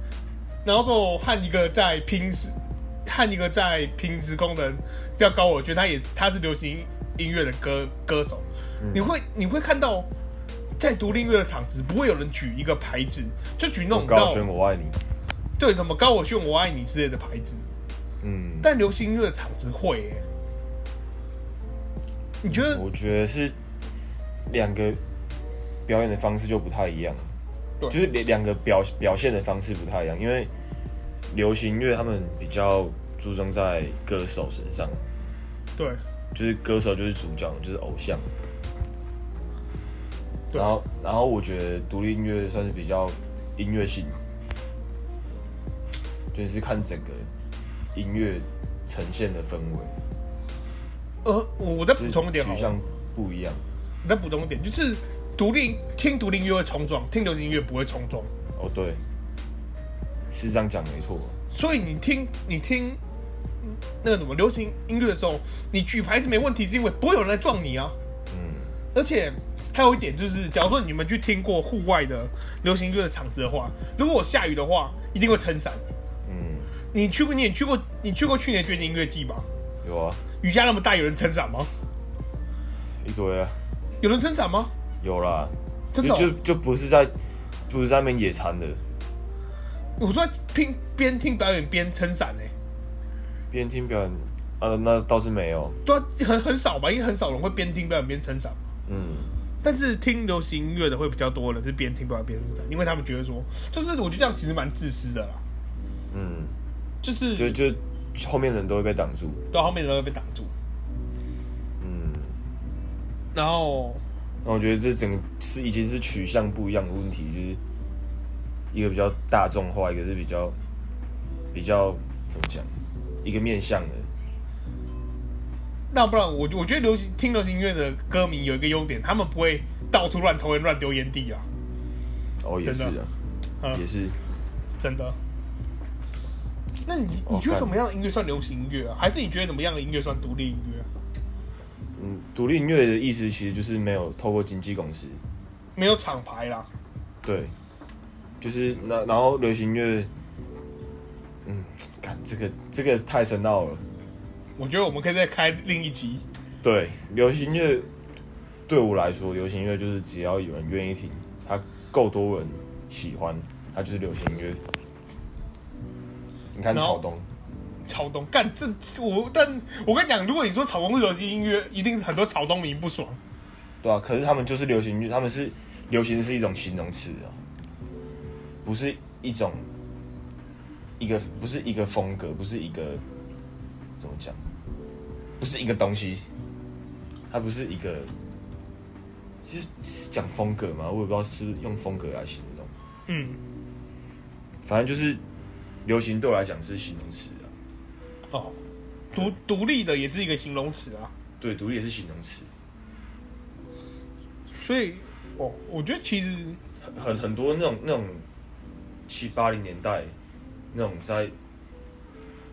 然后就和一个在平时和一个在平时工的人叫高我娟，他也他是流行音乐的歌歌手，嗯你会你会看到在独立音乐的场子不会有人举一个牌子，就举那种我高到轩我爱你，对什么高我炫我爱你之类的牌子，嗯，但流行音乐的场子会耶、你觉得我觉得是两个表演的方式就不太一样，对就是两两个表表现的方式不太一样，因为流行音乐他们比较注重在歌手身上，对就是歌手就是主角，就是偶像。对然后，然后我觉得独立音乐算是比较音乐性，就是看整个音乐呈现的氛围，呃我我再补是充一点好取了。向不一样。我再补充一点，就是独立听独立音乐会冲撞，听流行音乐不会冲撞。哦，对，是这样讲没错。啊所以你听你听嗯那个什么流行音乐的时候，你举牌子没问题，是因为不会有人来撞你啊。嗯，而且还有一点就是，假如说你们去听过户外的流行音乐的场子的话，如果下雨的话，一定会撑伞。嗯，你去过你也去过你去过去年的爵士音乐季吧？有啊，雨下那么大，有人撑伞吗？一堆啊，有人撑伞吗？有啦，真的哦、就就就不是在不是在那边野餐的，我说听边听表演边撑伞呢、欸边听表演啊，那倒是没有。对啊，很很少吧，因为很少人会边听表演边撑伞。嗯，但是听流行音乐的会比较多的是边听不了边生产，因为他们觉得说，就是我觉得这样其实蛮自私的啦，嗯，就是就就后面的人都会被挡住。到后面的人会被挡住，嗯，然后那我觉得这整个是已经是取向不一样的问题，就是一个比较大众化，一个是比较比较怎么讲，一个面向的。那不然我我觉得流行听流行音乐的歌迷有一个优点，他们不会到处乱抽烟乱丢烟蒂啊，哦，也是真的啊，啊，也是。真的。那你哦你觉得干什么样的音乐算流行音乐啊？还是你觉得怎么样的音乐算独立音乐啊？嗯，独立音乐的意思其实就是没有透过经纪公司，没有厂牌啦，对，就是那然后流行乐，嗯，看这个这个太深奥了。我觉得我们可以再开另一集。对，流行乐对我来说，流行乐就是只要有人愿意听，它够多人喜欢，它就是流行乐。你看然后草东，草东干这我，但我跟你讲，如果你说草东是流行音乐，一定是很多草东迷不爽。对啊，可是他们就是流行乐，他们是流行是一种形容词啊，不是一种一个不是一个风格，不是一个怎么讲，不是一个东西，它不是一个，其实是讲风格嘛，我也不知道是不是用风格来形容，嗯，反正就是流行对我来讲是形容词啊，哦，独独立的也是一个形容词啊，对，独立也是形容词，啊所以哦，我觉得其实很很多那种那种七八零年代那种在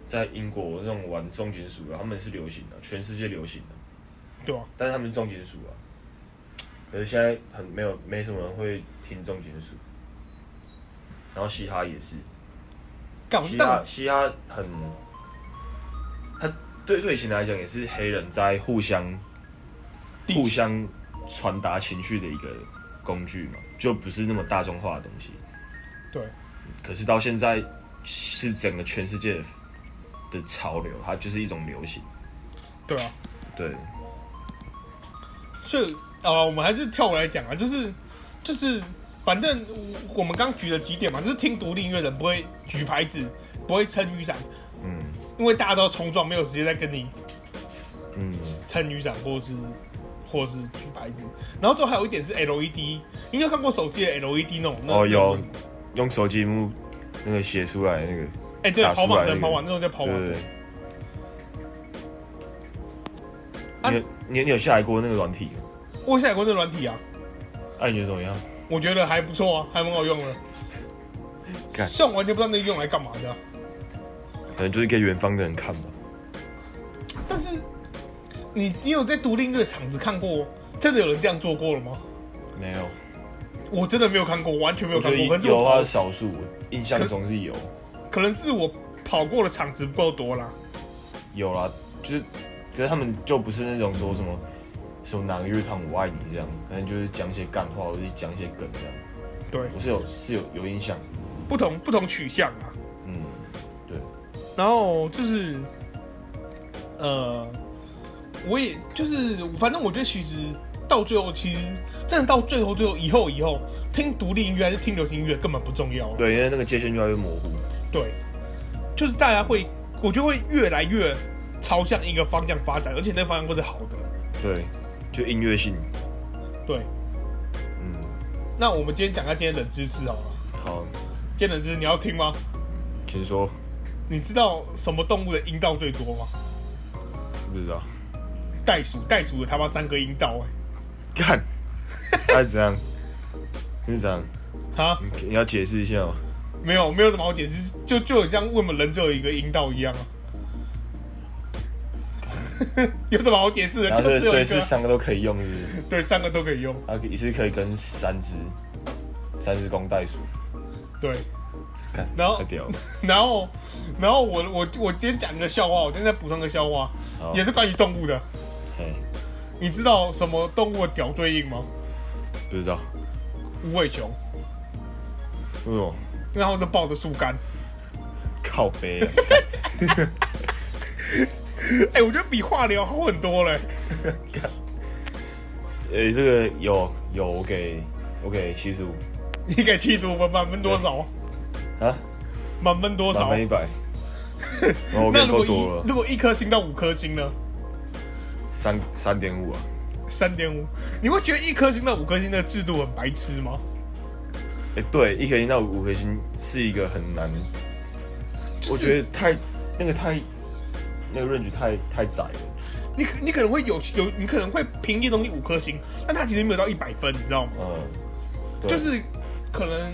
在英国那种玩重金属的，他们是流行的，全世界流行的，对吧、但是他们是重金属啊。可是现在很没有没什么人会听重金属，然后嘻哈也是，干嘻哈哦但嘻哈很，它对对以前来讲也是黑人在互相地互相传达情绪的一个工具嘛，就不是那么大众化的东西。对，可是到现在是整个全世界的潮流，它就是一种流行。对啊，对，所以啊、我们还是跳回来讲啊，就是就是，反正我我们刚举了几点嘛，就是听独立音乐的人不会举牌子，不会撑雨伞，嗯因为大家都要冲撞，没有时间再跟你嗯，撑雨伞或是或是举牌子。然后最后还有一点是 LED，你有看过手机的 LED 那种？那哦，有用手机屏幕那个写出来那个，哎、对，打出跑马来灯，那个跑马灯那种叫跑对马对灯对。。啊你有你你有下载过那个软体吗？我下载过这软体啊，哎，你觉得怎么样？我觉得还不错啊，还蛮好用的。干像我完全不知道那用来干嘛的啊、可能就是给远方的人看吧。但是你你有在独立那个厂子看过真的有人这样做过了吗？没有，我真的没有看过，完全没有我觉看得过。可是有我啊，跑是少数，我印象中是有可能是我跑过的场子不够多啦。有啦，就是只是他们就不是那种说什么什么哪个乐团我爱你这样，可能就是讲一些干话，或者是讲一些梗这样。对，我是有是有有印象，不同不同取向啊。嗯，对，然后就是，呃，我也就是，反正我觉得其实到最后，其实真的到最后，最后以后以后，听独立音乐还是听流行音乐根本不重要了。对，因为那个界限越来越模糊。对，就是大家会，我就会越来越朝向一个方向发展，而且那方向会是好的。对，就音乐性，对，嗯，那我们今天讲一下今天冷知识好了。好，今天冷知识你要听吗？请说，你知道什么动物的阴道最多吗？不知道， 袋鼠，袋鼠有他妈三个阴道欸干，他是怎样？你是怎样？哎、哈，你你要解释一下吗？没有没有什么好解释，就就有像为什么人只有一个阴道一样啊，有什么好解释的？然后就这只有随一个时啊，三个都可以用，是不是？对，三个都可以用，它一次可以跟三只三只公袋鼠，对。干然后太屌了， 然后，然后我我我今天讲一个笑话，我今天再补充个笑话，好也是关于动物的。嘿，你知道什么动物的屌最硬吗？不知道无尾熊，为什么因为它们都抱着树干。靠 背啊，哎、我觉得比化疗好很多嘞。诶、这个有有我给我给七十五你给七十五分，满分多少？啊，满分多满少？分一百，然后我给那你如果够一多了，如果一颗星到五颗星呢？三三点五啊，三点五，你会觉得一颗星到五颗星的制度很白痴吗？诶、对，一颗星到五颗星是一个很难，就是我觉得太那个太那个 range 太太窄了，你可你可能会有有，你可能会评一个东西五颗星，但它其实没有到一百分，你知道吗？嗯，对就是可能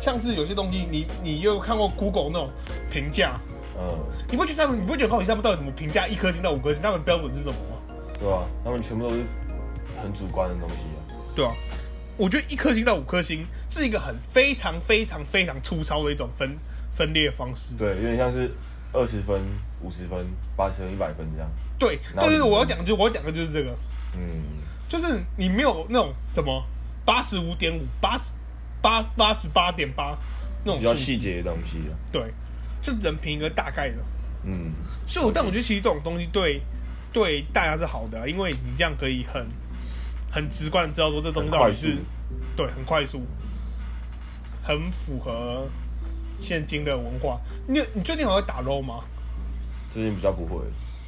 像是有些东西你，你有看过 Google 那种评价，嗯，你会觉得他们，你不会觉得很好奇他们到底怎么评价一颗星到五颗星，他们标准是什么吗？对吧、他们全部都是很主观的东西啊。对啊，我觉得一颗星到五颗星是一个很非常非常非常粗糙的一种分分裂方式。对，有点像是二十分、五十分、八十分、一百分这样。对，然对后对，你我要讲的就是我要讲的就是这个。嗯，就是你没有那种什么八十五点五、八十八八十八点八那种比较数细节的东西啊。对，就人凭一个大概的。嗯，所以我，但我觉得其实这种东西对对大家是好的啊、因为你这样可以很很直观的知道说这东西很到底快速是对很快速，很符合现今的文化。你有你最近还会打 LO 吗？最近比较不会。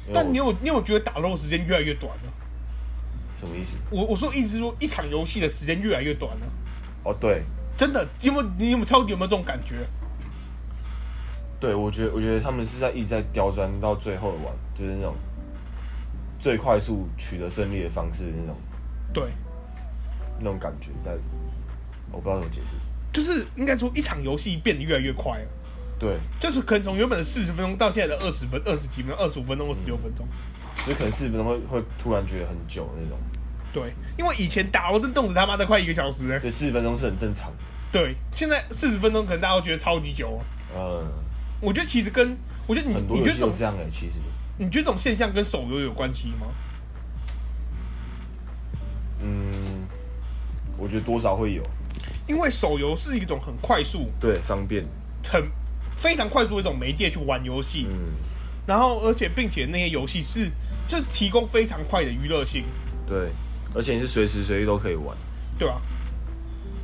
因为但我你有你有觉得打 LO 时间越来越短了？什么意思？我我说一直说一场游戏的时间越来越短了。哦，对，真的，有没有你有没有超级有没有这种感觉？对，我觉得我觉得他们是在一直在刁钻到最后玩，就是那种最快速取得胜利的方式的那种对，那种感觉在，我不知道怎么解释。就是应该说一场游戏变得越来越快了，对，就是可能从原本的四十分钟到现在的二十分、二十几分钟、二十五分钟、二十六分钟。就可能四十分钟会会突然觉得很久的那种。对，因为以前打我这动子他妈的快一个小时了，对，四十分钟是很正常的。对，现在四十分钟可能大家都觉得超级久了。嗯，我觉得其实跟我觉得你很多你游觉得戏这都种这样的、其实。你觉得这种现象跟手游有关系吗？嗯，我觉得多少会有。因为手游是一种很快速、对，方便。很非常快速的一种媒介去玩游戏，嗯，然后而且并且那些游戏是就提供非常快的娱乐性。对，而且你是随时随地都可以玩。对吧、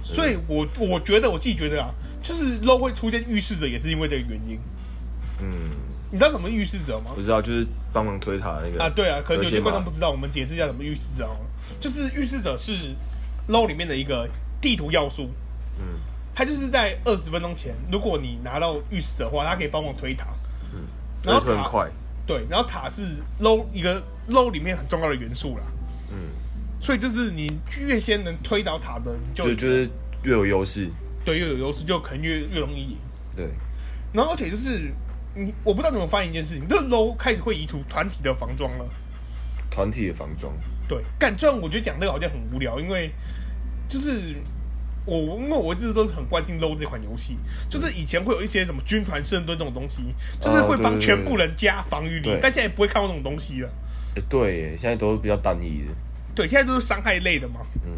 所以我我觉得我自己觉得啊，就是 low 会出现预示者，也是因为这个原因。嗯，你知道什么预示者吗我？知道，就是帮忙推塔的那个啊，对啊，可能有河些蟹观马众不知道，我们解释一下什么预示者好了。就是预示者是 LO 里面的一个地图要素，嗯，它就是在二十分钟前，如果你拿到预示者的话，它可以帮忙推塔。嗯，然后而且很塔快，对，然后塔是 LO 一个 LO 里面很重要的元素啦，嗯，所以就是你越先能推倒塔的，你就就就是越有优势，对越有优势，就可能越越容易赢。对，然后而且就是你，我不知道你有没有发现一件事情，就是 LO 开始会移除团体的防装了。团体的防装，对，干，虽然我觉得讲这个好像很无聊，因为就是我因为我一直都是很关心 LO 这款游戏，就是以前会有一些什么军团圣盾这种东西，就是会帮哦对对对全部人加防御力对，但现在也不会看到这种东西了。哎，对耶，现在都比较单一的，对，现在都是伤害类的嘛。嗯，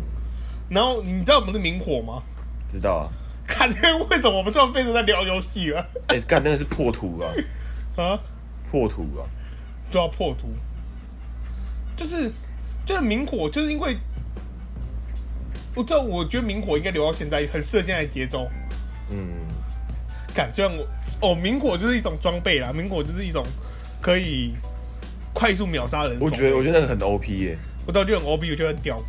然后你知道我们是明火吗？ 知道啊，看，为什么我们突然变成在聊游戏了？哎，干那个是破图啊，啊，破图啊，都要破图，就是就是明火，就是因为我这我觉得明火应该留到现在，很适合现在的节奏。嗯，感虽然我哦，明火就是一种装备啦，明火就是一种可以快速秒杀人的装我备。觉得我觉得那个很 OP 耶，我到就很 OB，我觉得很屌。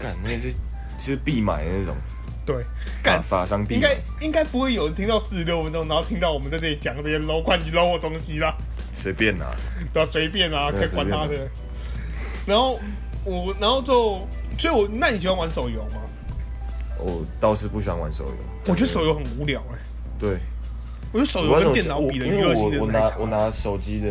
干那个是是必买的那种，对，法干法商必应该买，应该不会有人听到四十六分钟，然后听到我们在这里讲这些 low 冠军 low 的东西啦，随便拿，对吧、随便啊，对可以管他随的。然后我，然后就，所以我，那你喜欢玩手游吗？我倒是不喜欢玩手游，我觉得手游很无聊哎、对。我觉得手游我跟电脑比的因娱为乐我性真我的太拿差我了。拿手机的，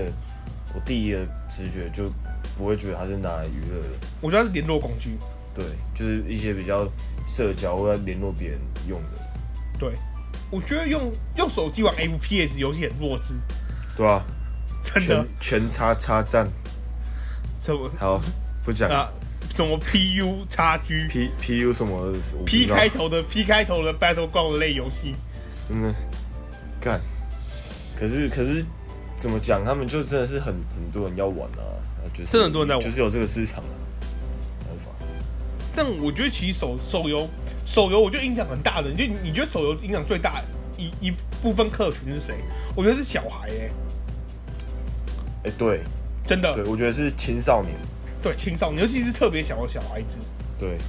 我第一的直觉就不会觉得它是拿来娱乐的，我觉得它是联络工具，对，就是一些比较社交或者联络别人用的，对，我觉得用用手机玩 FPS 游戏很弱智，对吧、真的全。全叉叉战，什么好，不讲、啊？什么 PU 差 G P P U 什么我不 P 知道开，头的 P 开头的 Battle Ground 类游戏，真的嗯干，可是可是怎么讲，他们就真的是很很多人要玩啊，就是真的很多人在玩就是有这个市场啊，没办法。但我觉得其实手手游手游我觉得影响很大的，你就你觉得手游影响最大一一部分客群是谁？我觉得是小孩哎、哎、对真对，的我觉得是青少年。对青少年，尤其是特别小的小孩子，对，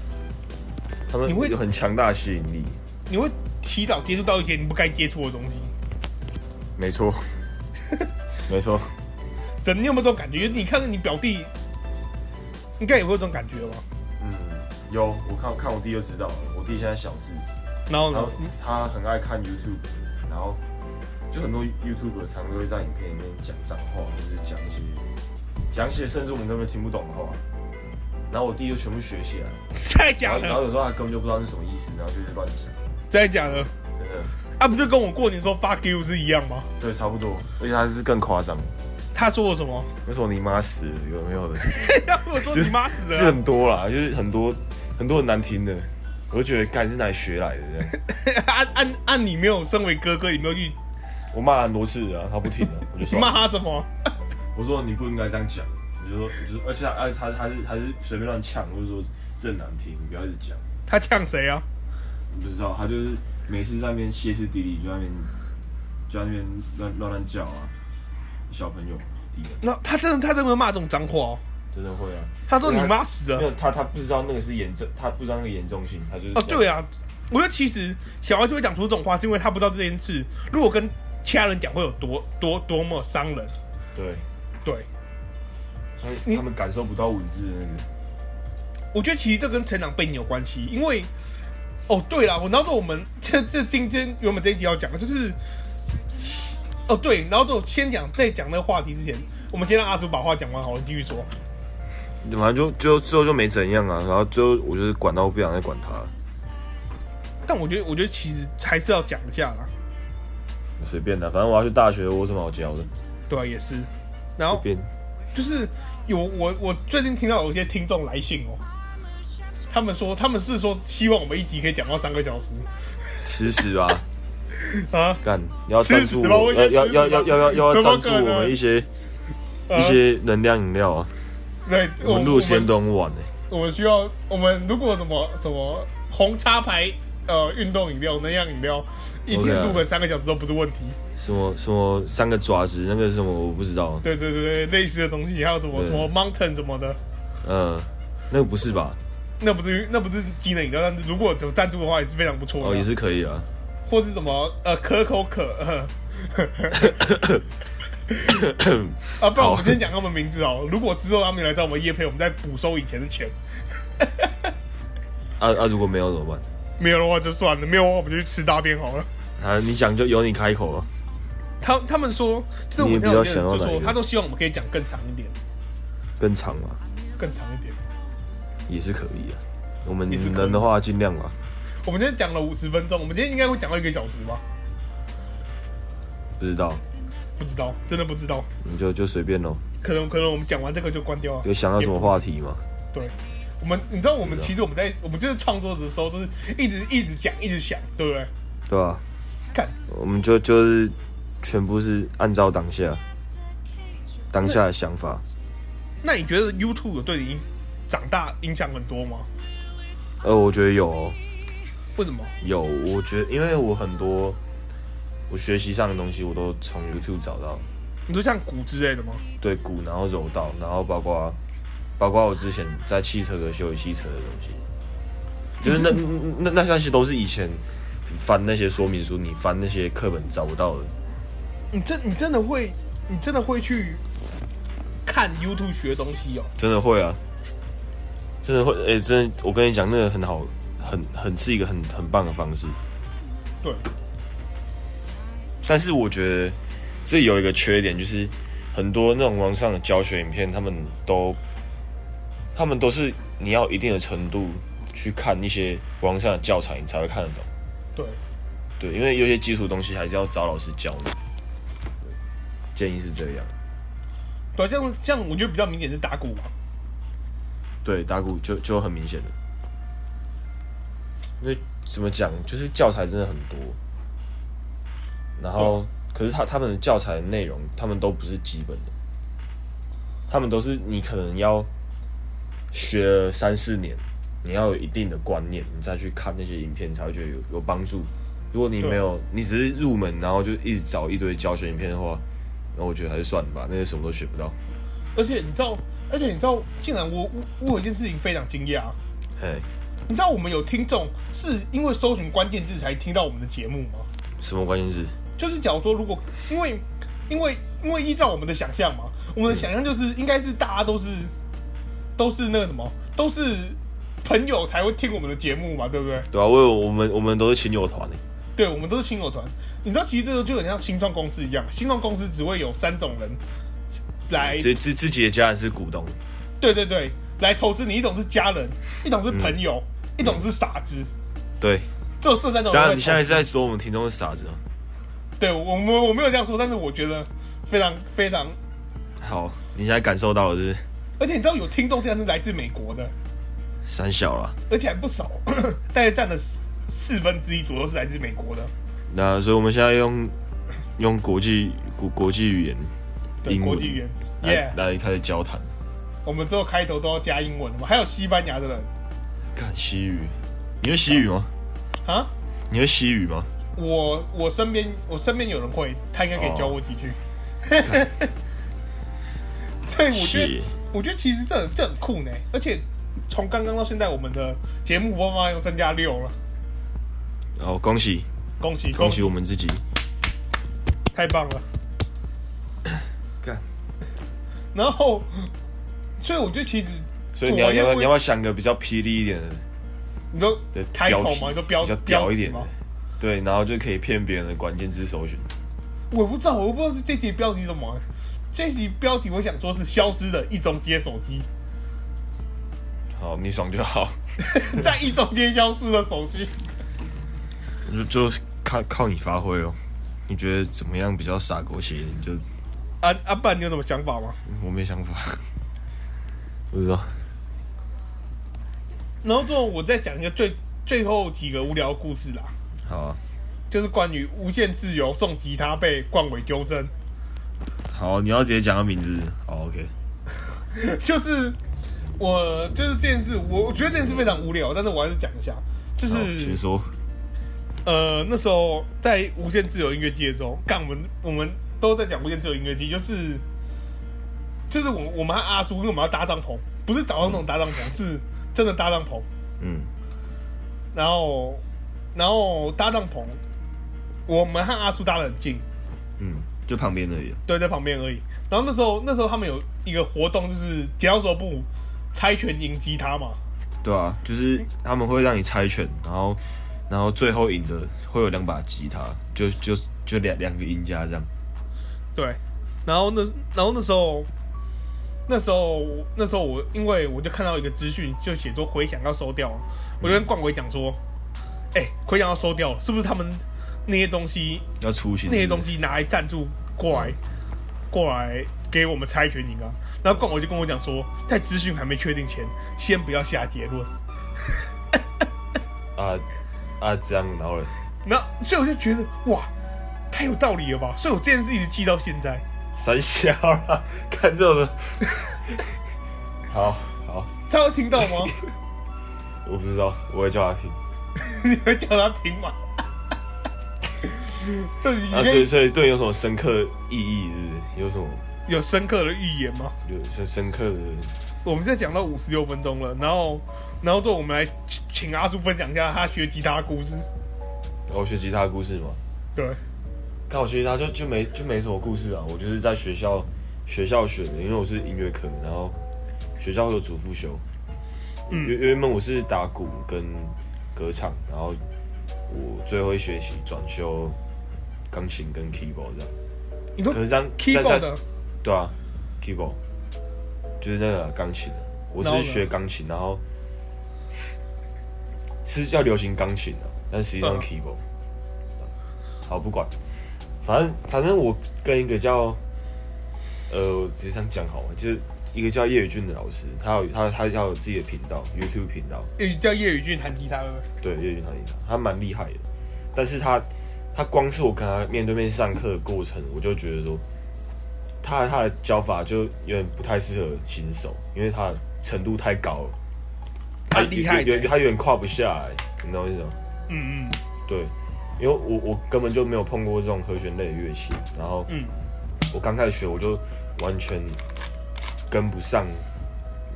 他们你会有很强大的吸引力，你会提早接触到一些你不该接触的东西。没错，没错，真的，你有没有这种感觉？你看看你表弟，应该也会有这种感觉吧？嗯，有，我看看我弟就知道了，我弟现在小四，然后然呢后？他很爱看 YouTube，然后就很多 YouTube 常都会在影片里面讲脏话，或者是讲一些讲一些甚至我们根本听不懂的话，然后我弟就全部学起来，再然 假后然后的，有时候他根本就不知道是什么意思，然后就是乱讲，再假的，真的，啊，不就跟我过年说 fuck you 是一样吗？对，差不多，而且他是更夸张，他说了什么？ 那时候你妈死了有没有的？他跟我说哦你妈死就了啊，很多啦，就是很多很多很难听的，我就觉得干是哪里学来的这样。 按按按你没有身为哥哥，你没有去我骂他很多次啊，他不听啊， 我就你说骂他什么？我说你不应该这样讲，我就说我就而且他而且他他是他是随便乱呛，我就说这很难听，你不要一直讲。他呛谁啊？你不知道他就是每次在那边歇斯底里，就在那边就在那边乱乱乱叫啊，小朋友低能那他真的他真的骂这种脏话哦。真的会啊。他说你妈死没了有他他不知道那个是严重，他不知道那个严重性，他就是啊哦，对啊，我觉得其实小孩就会讲出这种话，是因为他不知道这件事，如果跟其他人讲会有多多多么伤人。对，对，他你他们感受不到文字的那个。我觉得其实这跟成长背景有关系，因为哦，对了，我然后我们这这今天原本这一集要讲的就是哦对，然后就先讲在讲那个话题之前，我们先让阿祖把话讲完好了，继续说。反正就就最后就没怎样啊，然后最后我就是管到我不想再管他了，但我觉得，我觉得其实还是要讲一下啦，随便的，反正我要去大学，我有什么好教的？对、啊，也是。然随后便。就是有我我最近听到有一些听众来信哦，他们说他们是说希望我们一集可以讲到三个小时吃屎 吧，啊，干！要赞助吃屎吧我我，应该要要吃屎吧要要要要要怎么赞助可能我们一些呃一些能量饮料啊，对，哦我们路线都都很晚哎，我们需要我们如果什么什么红插牌呃运动饮料、能量饮料，一 OK 天啊录个三个小时都不是问题。什么什么三个爪子那个什么我不知道，对对对对，类似的东西，还有什么对什么 mountain 什么的，嗯，那个不是吧？那不是那不是机能饮料，但是如果有赞助的话也是非常不错的。哦，也是可以啊。 或是什么呃可口可， 呃啊，不然我们先讲他们名字哦。如果之后他们来找我们叶配，我们再补收以前的钱。啊啊，如果没有怎么办？没有的话就算了，没有的话我们就去吃大便好了。啊，你讲就由你开口啊。他他们说，就是我你们比听到有较些想人要就哪一说，个他都希望我们可以讲更长一点，更长嘛，更长一点。也是可以啊。我们也是可以能的话尽量吧。我们今天讲了五十分钟，我们今天应该会讲到一个小时吧？不知道，不知道，真的不知道。你就就随便咯。可能可能我们讲完这个就关掉了。有想到什么话题吗？对，我们你知道我们不知道其实我们在我们就是创作的时候，就是一直一直讲一直想，对不对？对吧、看我们就就是全部是按照当下当下的想法。那你觉得 YouTube 对你长大影响很多吗？呃，我觉得有哦、为什么？有，我觉得因为我很多我学习上的东西，我都从 YouTube 找到，你说像鼓之类的吗？对鼓，然后柔道，然后包括包括我之前在汽车科修理汽车的东西，就是那那那那那些都是以前翻那些说明书，你翻那些课本找不到的。你真你真的会你真的会去看 YouTube 学东西哦？真的会啊，真的会，哎、真的，我跟你讲，那个很好，很很是一个很很棒的方式。对，但是我觉得这有一个缺点，就是很多那种网上的教学影片，他们都他们都是你要一定的程度去看一些网上的教材，你才会看得懂。对，对，因为有些基础东西还是要找老师教你。建议是这样。对啊，这样这样我觉得比较明显是打鼓吧。对，打鼓就就很明显的，因为怎么讲，就是教材真的很多，然后可是他他们的教材内容，他们都不是基本的，他们都是你可能要学了三四年，你要有一定的观念，你再去看那些影片，才会觉得有有帮助。如果你对没有，你只是入门，然后就一直找一堆教学影片的话，那我觉得还是算了吧，那些什么都学不到。而且你知道，而且你知道，竟然我我我有一件事情非常惊讶啊、嘿，你知道我们有听众是因为搜寻关键字才听到我们的节目吗？什么关键字？就是假如说，如果因为因为因为依照我们的想象嘛，我们的想象就是应该是大家都是都是那个什么，都是朋友才会听我们的节目嘛，对不对？对啊，我有我们我们都是亲友团诶。对，我们都是亲友团。你知道，其实这个就很像新创公司一样，新创公司只会有三种人来，自自自己的家人是股东，对对对，来投资你。一种是家人，一种是朋友，一种是傻子。对。就这三种人会投资。哎嗯当然，你现在是在说我们听众是傻子吗？哦对我我我没有这样说，但是我觉得非常非常，好，你现在感受到了是而且你知道有听众竟然是来自美国的，三小了。而且还不少， 大概占了四四分之一左右是来自美国的那所以我们现在用用国际国国际语言对英文国际语言。耶来、来开始交谈，我们最后开头都要加英文的嘛，还有西班牙的人看西语。你会西语吗？啊。你会西语吗？我我身边我身边有人会，他应该可以教我几句。 所以我觉哦是得我觉得其实这很这很酷呢，而且从刚刚到现在，我们的节目播放量又增加六了，哦，恭喜恭喜恭喜我们自己。太棒了！ 干，然后，所以我觉得其实，所以你要你要不要你要要不要想个比较霹雳一点的你说的开标头题嘛，你说标比较屌一题点的嘛？，对，然后就可以骗别人的关键字搜寻。我不知道，我不知道这集标题是什么。这集标题我想说是消失的一中街手机，好，你爽就好。 在一中街消失的手机。就就靠靠你发挥哦。你觉得怎么样比较傻狗血？你就啊啊，不然你有什么想法吗？我没想法，不知道。然后最后我再讲一个最最后几个无聊的故事啦，好啊，就是关于无限自由送吉他被冠伟纠正。 好，啊你要直接讲个名字。好，OK。就是我就是这件事，我我觉得这件事非常无聊，但是我还是讲一下。就好，请是说。呃，那时候在无限自由音乐季的时候，干我们我们都在讲无限自由音乐季，就是就是我我们和阿叔，因为我们要搭帐篷，不是找到那种搭帐篷，是真的搭帐篷。嗯，然后然后搭帐篷，我们和阿叔搭的很近，嗯，就旁边而已。对，在旁边而已。然后那时候那时候他们有一个活动，就是剪刀手部猜拳赢吉他嘛。对啊，就是他们会让你猜拳，然后然后最后赢的会有两把吉他，就就就两两个赢家这样。对，然后那然后那时候，那时候那时候我因为我就看到一个资讯，就写说回响要收掉了，我就跟冠伟讲说，哎、回响要收掉了，是不是他们那些东西要出行那些东西拿来赞助过来过来给我们猜拳赢啊？然后冠伟就跟我讲说，在资讯还没确定前，先不要下结论。啊啊这样，然后嘞然后所以我就觉得哇，太有道理了吧？所以我这件事一直记到现在。三小啦， 看这种的。 好好，他有听到吗？ 我不知道，我会叫他听。你会叫他听吗？ 那你应那、啊所以该所以对你有什么深刻意义是不是？有什么有深刻的预言吗？有有深刻的？我们现在讲到五十六分钟了，然后，然后，最后我们来请请阿叔分享一下他学吉他的故事。我学吉他的故事吗？对，看我学吉他就就没就没什么故事啊，我就是在学校学校学的，因为我是音乐课，然后学校会有主副修。嗯原原本我是打鼓跟歌唱，然后我最后一学期转修钢琴跟 keyboard 这样。你说可是这样在 keyboard 在的，对啊，keyboard 就是那个钢琴的，我然后是呢学钢琴，然后是叫流行钢琴的，但实际上嗯是 keyboard。好，不管，反正反正我跟一个叫呃，我直接这样讲好了，就是一个叫叶宇俊的老师，他有他他要有自己的频道，YouTube 频道，诶叫叶宇俊弹吉他的，对，叶云堂一堂，他蛮厉害的。但是他他光是我跟他面对面上课的过程，我就觉得说，他他的教法就有点不太适合新手，因为他的程度太高了，太厉害有有的欸他有点跨不下来，你知道为什么？嗯嗯对，因为我我根本就没有碰过这种和弦类的乐器，然后嗯，我刚开始学，我就完全跟不上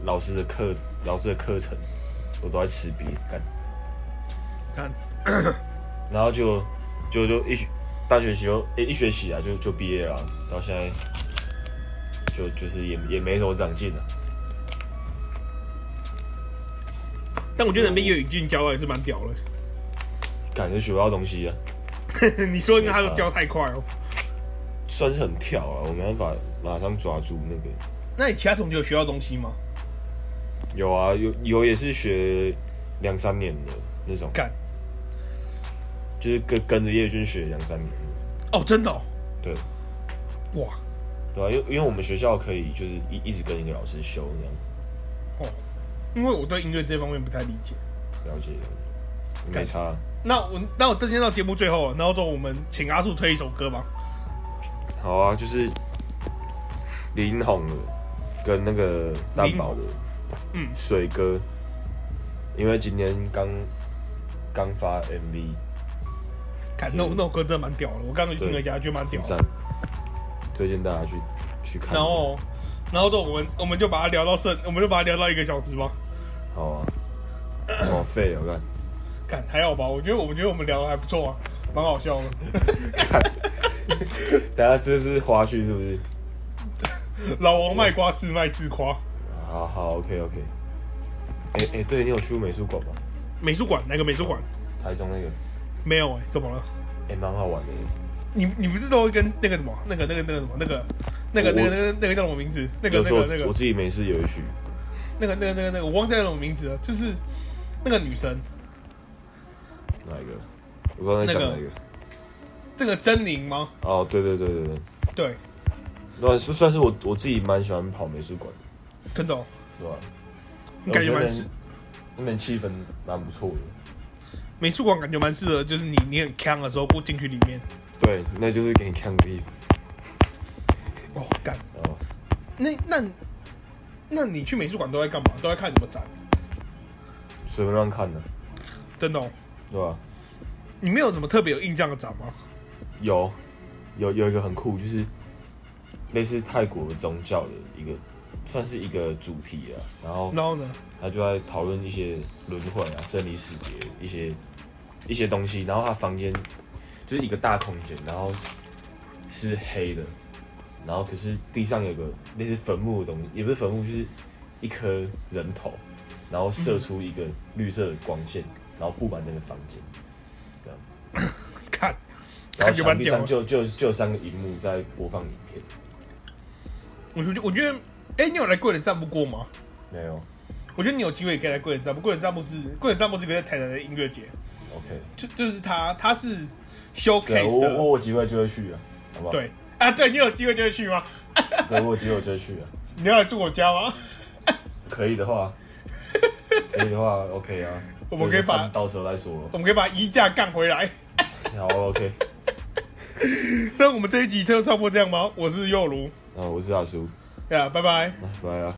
老师的课，老师的课程，我都在吃瘪干。看，然后就就就一学半学期就诶一学期啊就就毕业了啊，到现在就就是也也没什么长进了、但我觉得能被叶宇俊教到也是蛮屌的。感觉学不到东西啊， 你说因为他都教太快哦？算是很跳啊，我没办法马上抓住那个。那你其他同学有学到东西吗？有啊，有有也是学两三年的那种，干，就是跟跟着叶军学两三年的，哦，真的哦，对哇，对啊，因为因为我们学校可以就是一一直跟一个老师修那样，哦因为我对音乐这方面不太理解。了解了解，没差啊。那我那我今天到节目最后了，然后之后我们请阿叔推一首歌吧。好啊，就是林红的跟那个蛋堡的，嗯水哥，因为今天刚刚发 MV 看那首那首歌真的蛮屌的，我刚刚去听了一下，觉得蛮屌点的。赞，推荐大家去去看。然后，然后就我们我们就把它聊到剩，我们就把它聊到一个小时吧。好啊，好废哦，看看还好吧，我觉得我觉得我们聊的还不错啊，蛮好笑的。等下这是花絮是不是？老王卖瓜，自卖自夸。好好，OK OK。哎、哎、对你有去过美术馆吗？美术馆哪个美术馆？台中那个，没有哎、怎么了？哎、蛮好玩的。你你不是都会跟那个什么那个那个那个什么那个那个那个那个那个叫什么名字？那个有那时候个那我个自己没事也会去。那个那个那个那个我忘记叫什么名字了，就是那个女生，哪一个？我刚才讲哪一个？这个狰狞吗？哦，对对对对对。对，对，算算是我我自己蛮喜欢跑美术馆的，真的、哦，对吧？你感觉我蛮那适边那边气氛蛮不错的。美术馆感觉蛮适合，就是你你很呛的时候不进去里面对，那就是给你看个地方。哦，干。哦，那那那你去美术馆都在干嘛？都在看什么展？随便乱看的，真的、哦？对吧？你没有怎么特别有印象的展吗？有有有一个很酷，就是类似泰国的宗教的一个，算是一个主题啊。然后然后呢？他就在讨论一些轮回啊、生离死别一些一些东西。然后他房间就是一个大空间，然后是黑的，然后可是地上有个类似坟墓的东西，也不是坟墓，就是一颗人头，然后射出一个绿色的光线，然后布满那个房间。看，然看后就墙蛮壁屌上的。就就就有三个荧幕在播放影片，我觉得，我觉得，哎、你有来贵人散步过吗？没有我觉得你有机会可以来贵人散步。贵人散步是贵人散步是一个在台南的音乐节， ，OK，就就是它，它是对 showcase 我的，我我有机会就会去啊，好不好？，对啊，对你有机会就会去吗？对我有机会就会去啊，你要来住我家吗？可以的 话，可以的话 OK 啊，我们可以把就是看到时候再说咯我们可以把衣架干回来。 好 OK，那我们这一集就差不多这样吗？我是佑如，那我是阿叔，对啊，拜拜。拜拜啊。